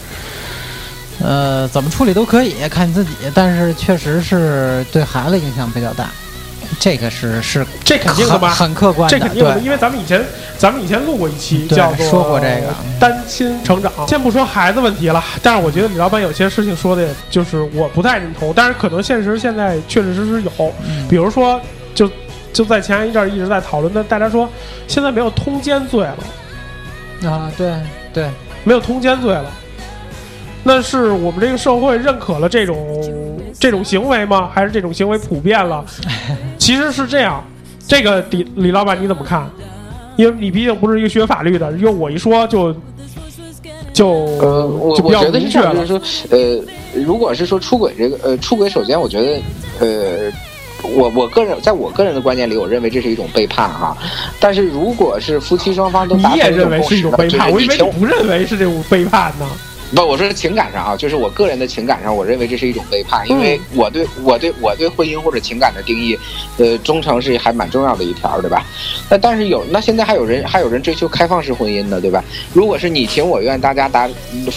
Speaker 3: 呃，怎么处理都可以，看你自己。但是确实是对孩子影响比较大，这个是是
Speaker 2: 这肯定的吧？
Speaker 3: 很客观的，
Speaker 2: 这肯定的，
Speaker 3: 对
Speaker 2: 因为咱们以前咱们以前录过一期
Speaker 3: 对
Speaker 2: 叫做
Speaker 3: 说过这个
Speaker 2: 单亲成长。先不说孩子问题了，但是我觉得李老板有些事情说的也，就是我不太认同，但是可能现实现在确确实实有，
Speaker 3: 嗯
Speaker 2: 比如说就就在前一阵儿一直在讨论的，大家说现在没有通奸罪了。
Speaker 3: 啊，对对，
Speaker 2: 没有通奸罪了。那是我们这个社会认可了这种这种行为吗？还是这种行为普遍 了？其实是这样，这个李李老板你怎么看？因为你毕竟不是一个学法律的，因为我一说就就、
Speaker 5: 呃，我
Speaker 2: 就比
Speaker 5: 我
Speaker 2: 较
Speaker 5: 觉得
Speaker 2: 明
Speaker 5: 是
Speaker 2: 确
Speaker 5: 这样，
Speaker 2: 了
Speaker 5: 就是。说，呃，如果是说出轨这个，呃，出轨首先我觉得，呃，我我个人在我个人的观念里，我认为这是一种背叛哈。但是如果是夫妻双方都
Speaker 2: 你
Speaker 5: 达
Speaker 2: 也
Speaker 5: 成
Speaker 2: 认为
Speaker 5: 共
Speaker 2: 是一
Speaker 5: 识
Speaker 2: 种
Speaker 5: 了，
Speaker 2: 背
Speaker 5: 就是
Speaker 2: 叛，我以
Speaker 5: 你
Speaker 2: 为
Speaker 5: 听
Speaker 2: 你不认为是这种背叛呢。
Speaker 5: 不，我说情感上啊，就是我个人的情感上，我认为这是一种背叛，因为我对我对我对婚姻或者情感的定义，呃，忠诚是还蛮重要的一条，对吧？那但是有那现在还有人还有人追求开放式婚姻呢，对吧？如果是你情我愿，大家达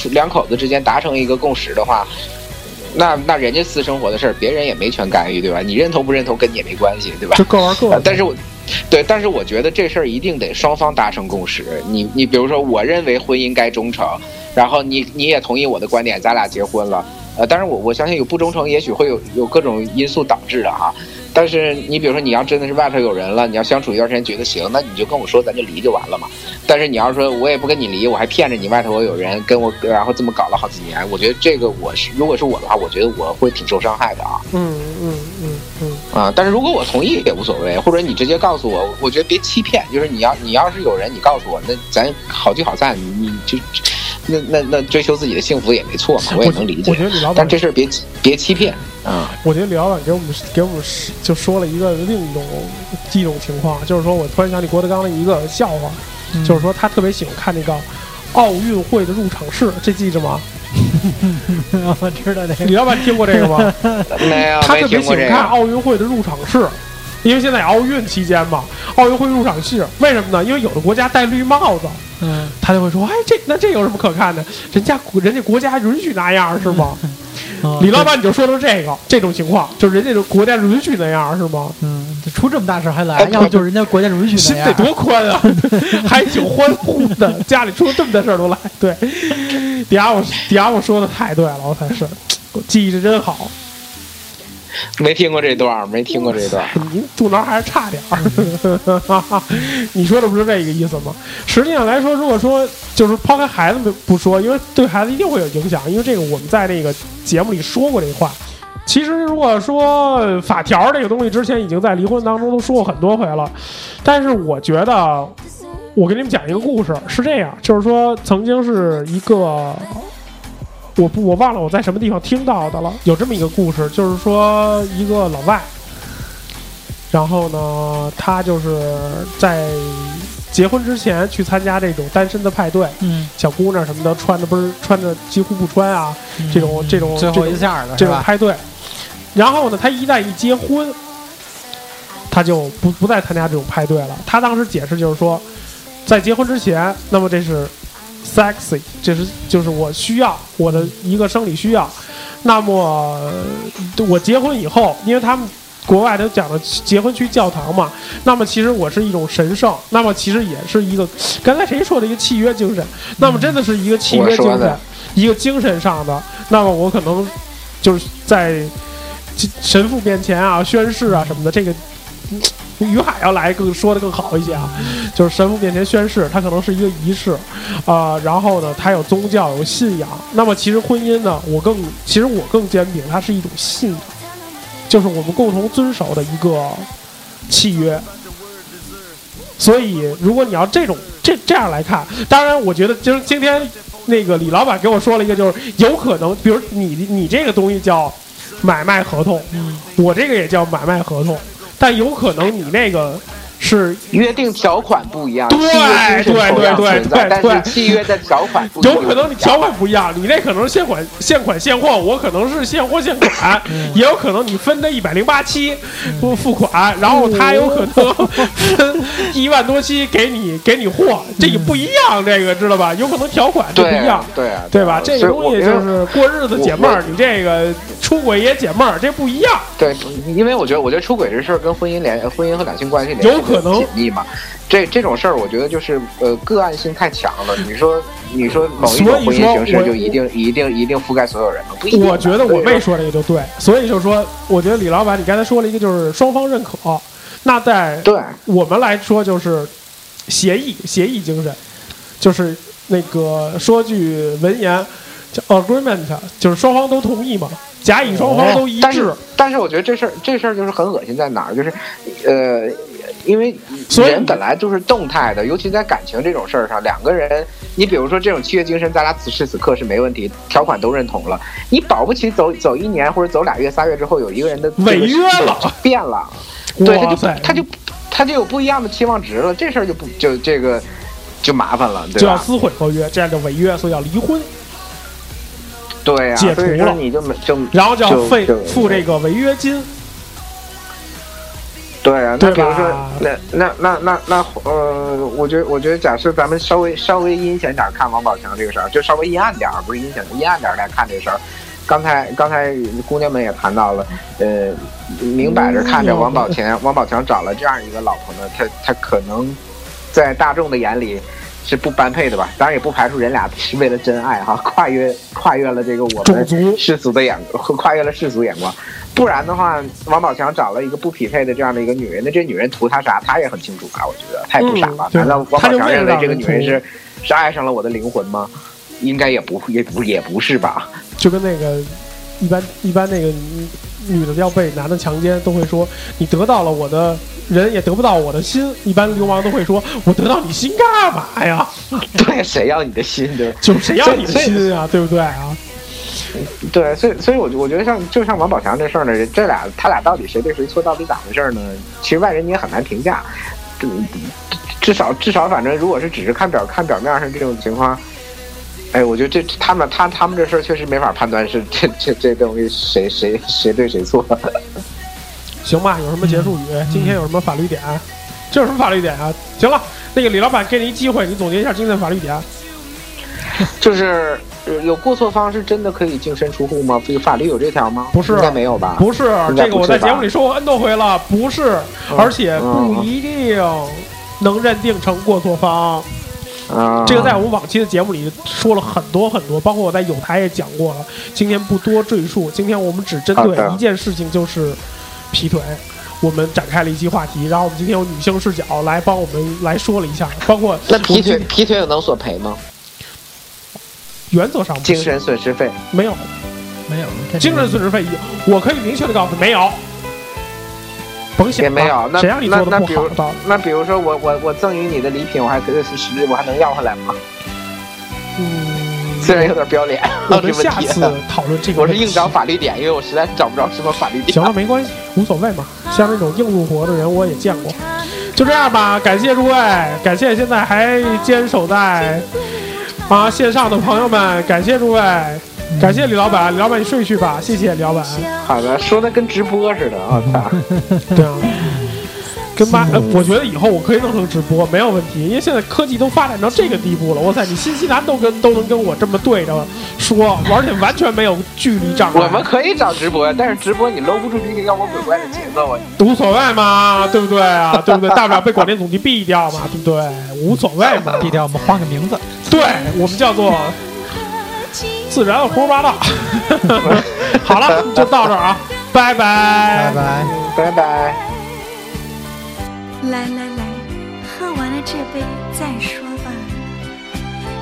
Speaker 5: 两口子之间达成一个共识的话，那那人家私生活的事儿，别人也没权干预，对吧？你认同不认同跟你也没关系，对吧？
Speaker 2: 就各玩各的
Speaker 5: 啊但是我，对，但是我觉得这事儿一定得双方达成共识。你你比如说，我认为婚姻该忠诚，然后你你也同意我的观点，咱俩结婚了。呃，当然我我相信有不忠诚，也许会有有各种因素导致的啊。但是你比如说，你要真的是外头有人了，你要相处一段时间觉得行，那你就跟我说，咱就离就完了嘛。但是你要说我也不跟你离，我还骗着你外头我有人跟我，然后这么搞了好几年，我觉得这个我是如果是我的话，我觉得我会挺受伤害的啊。
Speaker 2: 嗯嗯嗯嗯，
Speaker 5: 啊，但是如果我同意也无所谓，或者你直接告诉我，我觉得别欺骗，就是你要你要是有人你告诉我，那咱好聚好散，你你就那那那追求自己的幸福也没错嘛，我也能理解。
Speaker 2: 我觉得你老板
Speaker 5: 但这事儿别欺别欺骗啊。
Speaker 2: 我觉得李老板给我们给我们就说了一个另一种一种情况，就是说我突然想起郭德纲的一个笑话，
Speaker 3: 嗯
Speaker 2: 就是说他特别喜欢看那个奥运会的入场式，这记着吗？
Speaker 3: 嗯 我知道这个。
Speaker 2: 李老板听过这个吗？
Speaker 5: 没有
Speaker 2: 嗯他
Speaker 5: 哎没
Speaker 2: 特别
Speaker 5: 听
Speaker 2: 喜
Speaker 5: 过
Speaker 2: 欢
Speaker 5: 这
Speaker 2: 看
Speaker 5: 个。
Speaker 2: 奥运会的入场式，因为现在奥运期间嘛，奥运会入场式，为什么呢？因为有的国家戴绿帽子，
Speaker 3: 嗯，
Speaker 2: 他就会说，哎，这那这有什么可看的？人家人家国家允许那样是吗？
Speaker 3: 哦
Speaker 2: 李老，板，你就说说这个这种情况，就人家这国家允许那样是吗？
Speaker 3: 嗯，出这么大事还来
Speaker 5: 哎，
Speaker 3: 要不就是人家国家允许
Speaker 2: 心
Speaker 3: 那
Speaker 2: 得
Speaker 3: 样。
Speaker 2: 多宽啊， 还挺欢呼的。家里出这么大事儿都来，对，迪亚我迪亚我说的太对了，我才是，我记忆力真好，
Speaker 5: 没听过这段儿，没听过这段儿。
Speaker 2: 你肚腩还是差点儿。 你说的不是这个意思吗？实际上来说，如果说就是抛开孩子不说，因为对孩子一定会有影响，因为这个我们在那个节目里说过这话。其实，如果说呃法条这个东西，之前已经在离婚当中都说过很多回了，但是我觉得，我给你们讲一个故事，是这样，就是说，曾经是一个，我不我忘了我在什么地方听到的了，有这么一个故事，就是说一个老外，然后呢，他就是在结婚之前去参加这种单身的派对，
Speaker 3: 嗯，
Speaker 2: 小姑娘什么的穿着不是穿着几乎不穿啊，这种这种
Speaker 3: 嗯最
Speaker 2: 这
Speaker 3: 后
Speaker 2: 种
Speaker 3: 一下
Speaker 2: 这
Speaker 3: 了啊是
Speaker 2: 种
Speaker 3: 吧？
Speaker 2: 派对。然后呢，他一旦一结婚，他就不不再参加这种派对了。他当时解释就是说，在结婚之前，那么这是 sexy，这是就是我需要我的一个生理需要。那么呃我结婚以后，因为他们国外都讲的结婚去教堂嘛，那么其实我是一种神圣，那么其实也是一个刚才谁说的一个契约精神，那么真的是一个契
Speaker 5: 嗯我
Speaker 2: 约
Speaker 5: 说
Speaker 2: 精神
Speaker 5: 的，
Speaker 2: 一个精神上的。那么我可能就是在神父面前啊宣誓啊什么的，这个。嗯于海要来更说的更好一些啊，就是神父面前宣誓，它可能是一个仪式，啊、然后呢，它有宗教有信仰。那么其实婚姻呢，我更其实我更坚定，它是一种信仰，就是我们共同遵守的一个契约。所以，如果你要这种这这样来看，当然，我觉得今今天那个李老板给我说了一个，就是有可能，比如你你这个东西叫买卖合同，我这个也叫买卖合同，但有可能你那个是
Speaker 5: 约定条款不一样，
Speaker 2: 对
Speaker 5: 契约精神同样
Speaker 2: 对对
Speaker 5: 存在
Speaker 2: 对对
Speaker 5: 但是契约的条款不一样。
Speaker 2: 有可能你条款不一样，你那可能是现款现款现货，我可能是现货现款，
Speaker 5: 嗯
Speaker 2: 也有可能你分的一百零八期付付款，然
Speaker 5: 嗯
Speaker 2: 后他有可能分一万多期给你给你货，这个不一样，这个知道吧？有可能条款这不
Speaker 5: 嗯对
Speaker 2: 一样
Speaker 5: 啊，对啊，
Speaker 2: 对吧？
Speaker 5: 所
Speaker 2: 这
Speaker 5: 以
Speaker 2: 个
Speaker 5: 我
Speaker 2: 东西
Speaker 5: 因为
Speaker 2: 就是过日子解闷儿，你这个出轨也解闷儿，这不一样。
Speaker 5: 对，因为我觉得，我觉得出轨这事儿跟婚姻联、呃婚姻和两性关系联系
Speaker 2: 有可能
Speaker 5: 紧密嘛。这这种事儿，我觉得就是呃个案性太强了。你说，你说某一种
Speaker 2: 所以
Speaker 5: 婚姻
Speaker 2: 说
Speaker 5: 形式
Speaker 2: 我
Speaker 5: 就一定一定一定覆盖所有人吗？不一定吧。啊
Speaker 2: 我觉得我
Speaker 5: 所以
Speaker 2: 妹说这个就对，所以就说，我觉得李老板你刚才说了一个就是双方认可，那在
Speaker 5: 对
Speaker 2: 我们来说就是协议协议精神，就是那个说句文言叫 agreement，就是双方都同意嘛，甲乙双
Speaker 5: 哦
Speaker 2: 方都一
Speaker 5: 但
Speaker 2: 致
Speaker 5: 是，但是我觉得这事儿这事儿就是很恶心在哪儿，就是，呃，因为
Speaker 2: 所以
Speaker 5: 人本来就是动态的，尤其在感情这种事儿上，两个人，你比如说这种契约精神，咱俩此时此刻是没问题，条款都认同了，你保不齐走走一年或者走俩月仨月之后，有一个人的这个
Speaker 2: 违约了
Speaker 5: 就变了，对，他
Speaker 2: 哇
Speaker 5: 就
Speaker 2: 塞
Speaker 5: 他就他就有不一样的期望值了，这事儿就不就这个就麻烦了，对
Speaker 2: 就要
Speaker 5: 吧？
Speaker 2: 撕毁合约，这样就违约，所以要离婚，
Speaker 5: 对呀、
Speaker 2: 解除
Speaker 5: 所以说
Speaker 2: 了
Speaker 5: 你就没就
Speaker 2: 然后就要
Speaker 5: 就
Speaker 2: 费
Speaker 5: 就
Speaker 2: 付这个违约金。
Speaker 5: 对啊，
Speaker 2: 对
Speaker 5: 那比如说
Speaker 2: 吧，
Speaker 5: 那那那那那，呃，我觉得我觉得，假设咱们稍微稍微阴险点儿看王宝强这个事儿，就稍微阴暗点儿，不是阴险，阴暗点儿来看这个事儿。刚才刚才姑娘们也谈到了，呃，明摆着看着
Speaker 2: 嗯
Speaker 5: 王宝强，王宝强找了这样一个老婆呢，他他可能在大众的眼里是不般配的吧？当然也不排除人俩是为了真爱哈、跨越跨越了这个我
Speaker 2: 种
Speaker 5: 们
Speaker 2: 族
Speaker 5: 世俗的眼光，跨越了世俗眼光。不然的话，王宝强找了一个不匹配的这样的一个女人，那这女人图他啥？他也很清楚吧？我觉得他也不傻吧
Speaker 2: 嗯？对
Speaker 5: 难道王宝强认为这个女
Speaker 2: 他
Speaker 5: 人
Speaker 2: 就为了让人
Speaker 5: 是是爱上了我的灵魂吗？应该也不也不也不是吧？
Speaker 2: 就跟那个一般一般那个女女的要被男的强奸，都会说你得到了我的人，也得不到我的心。一般流氓都会说，我得到你心干嘛呀？
Speaker 5: 对，谁要你的心对吧？
Speaker 2: 就是谁要你的
Speaker 5: 所以
Speaker 2: 心啊，对不对啊？
Speaker 5: 对，所以所以我我觉得像就像王宝强这事儿呢，这俩他俩到底谁对谁错，到底咋回事儿呢？其实外人你也很难评价，这至少至少反正如果是只是看表看表面上这种情况，哎，我觉得这他们他他们这事儿确实没法判断是这这这东西谁谁谁对谁错。
Speaker 2: 行吧，有什么结束语？
Speaker 5: 嗯
Speaker 2: 今天有什么法律点？这有什么法律点啊？行了，那个李老板给你一机会，你总结一下今天的法律
Speaker 5: 啊
Speaker 2: 点。
Speaker 5: 就是呃有过错方是真的可以净身出户吗？这个法律有这条吗？
Speaker 2: 不是
Speaker 5: 应该没有吧？
Speaker 2: 不是
Speaker 5: 应该
Speaker 2: 这个，我
Speaker 5: 不
Speaker 2: 在
Speaker 5: 是吧
Speaker 2: 节目里说过 n 多回了，不是，而且
Speaker 5: 嗯
Speaker 2: 不
Speaker 5: 嗯
Speaker 2: 一定能认定成过错方。
Speaker 5: 啊，
Speaker 2: 这个在我们往期的节目里说了很多很多，包括我在有台也讲过了，今天不多赘述。今天我们只针
Speaker 5: 好
Speaker 2: 对
Speaker 5: 的
Speaker 2: 一件事情，就是劈腿。我们展开了一期话题，然后我们今天有女性视角来帮我们来说了一下，包括
Speaker 5: 那劈
Speaker 2: 我
Speaker 5: 腿
Speaker 2: 们今
Speaker 5: 劈腿有能索赔吗？
Speaker 2: 原则上不
Speaker 5: 精
Speaker 2: 是
Speaker 5: 神损失费
Speaker 2: 没有
Speaker 3: 没有这
Speaker 2: 精神损失费，我可以明确的告诉你没有，甭想
Speaker 5: 也
Speaker 2: 了
Speaker 5: 没有，那
Speaker 2: 谁让你
Speaker 5: 那
Speaker 2: 做的
Speaker 5: 那
Speaker 2: 不
Speaker 5: 比
Speaker 2: 好
Speaker 5: 如
Speaker 2: 的？
Speaker 5: 那比如说我我我赠予你的礼品，我还可以是我还能要回来吗？
Speaker 2: 嗯，
Speaker 5: 虽然有点不要脸，啊
Speaker 2: 我
Speaker 5: 这
Speaker 2: 们
Speaker 5: 问
Speaker 2: 下
Speaker 5: 题
Speaker 2: 次讨论这个
Speaker 5: 我
Speaker 2: 问
Speaker 5: 是
Speaker 2: 题。
Speaker 5: 硬找法律点，因为我实在找不着什么法律点。
Speaker 2: 行了，没关系，无所谓嘛。像这种硬入活的人，我也见过。就这样吧，感谢诸位，感谢现在还坚守在啊线上的朋友们，感谢诸位，感谢李老板，李老板你睡去吧，谢谢李老板。
Speaker 5: 啊
Speaker 2: 啊
Speaker 9: 啊
Speaker 5: 好的，说的跟直播似的，我操！
Speaker 2: 对啊，跟妈，呃我觉得以后我可以弄成直播，没有问题，因为现在科技都发展到这个地步了，哇塞，你新西兰都跟都能跟我这么对着说，而且完全没有距离障碍。
Speaker 5: 我们可以找直播，但是直播你搂不住这个妖魔鬼怪的节奏啊！
Speaker 2: 无所谓嘛，对不对啊？对不对？大不了被广电总局毙掉嘛，对不对？无所谓嘛，
Speaker 9: 毙掉我们换个名字，
Speaker 2: 对我们叫做自然胡说八道。好了，就到这儿啊，拜拜，
Speaker 9: 拜拜。
Speaker 5: 拜拜。
Speaker 1: 来来来，喝完了这杯再说吧，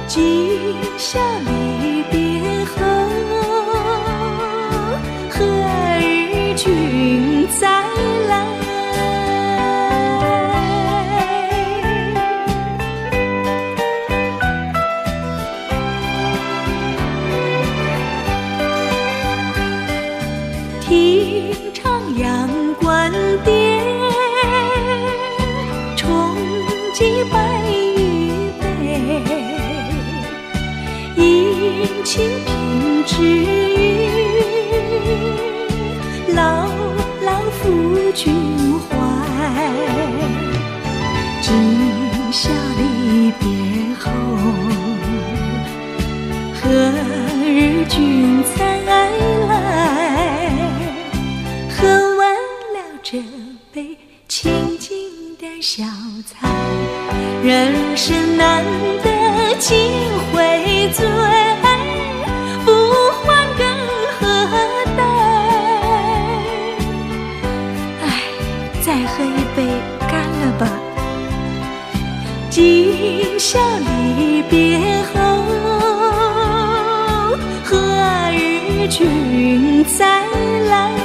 Speaker 1: 今宵离别后，何日君再来？听唱阳关叠，重寄白玉杯，饮清平之语，牢牢抚君怀。今宵离别后，何日君再来？喝完了这杯清静的小菜，人生难得几回醉，不欢更何待？唉，哎再喝一杯，干了吧。今宵离别后，何日君再来？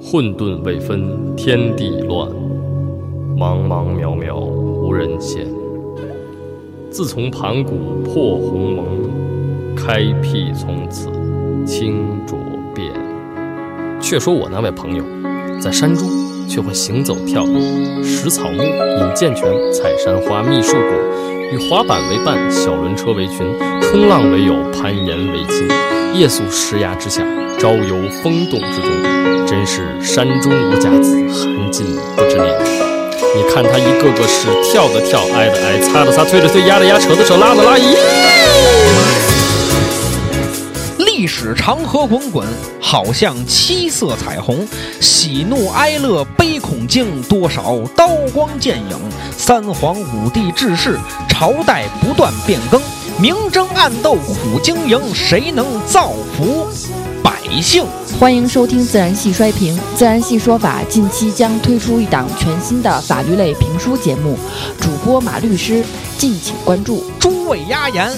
Speaker 10: 混沌未分天地乱，茫茫渺渺无人见。自从盘古破鸿蒙，开辟从此清浊变。却说我那位朋友，在山中却会行走跳跃，食草木，饮涧泉，采山花，觅树果，与滑板为伴，小轮车为群，冲浪为友，攀岩为亲。夜宿石崖之下，朝游风洞之中，真是山中无甲子，寒尽不知年。你看他一个个是跳的跳，挨的挨，擦的擦，推的推，压的压，扯的扯，拉的拉，咦！
Speaker 3: 历史长河滚滚，好像七色彩虹。喜怒哀乐悲恐惊，多少刀光剑影。三皇五帝治世，朝代不断变更。明争暗斗苦经营，谁能造福百姓？
Speaker 4: 欢迎收听《自然系衰评》。《自然系说法》近期将推出一档全新的法律类评书节目，主播马律师，敬请关注。
Speaker 3: 诸位压言，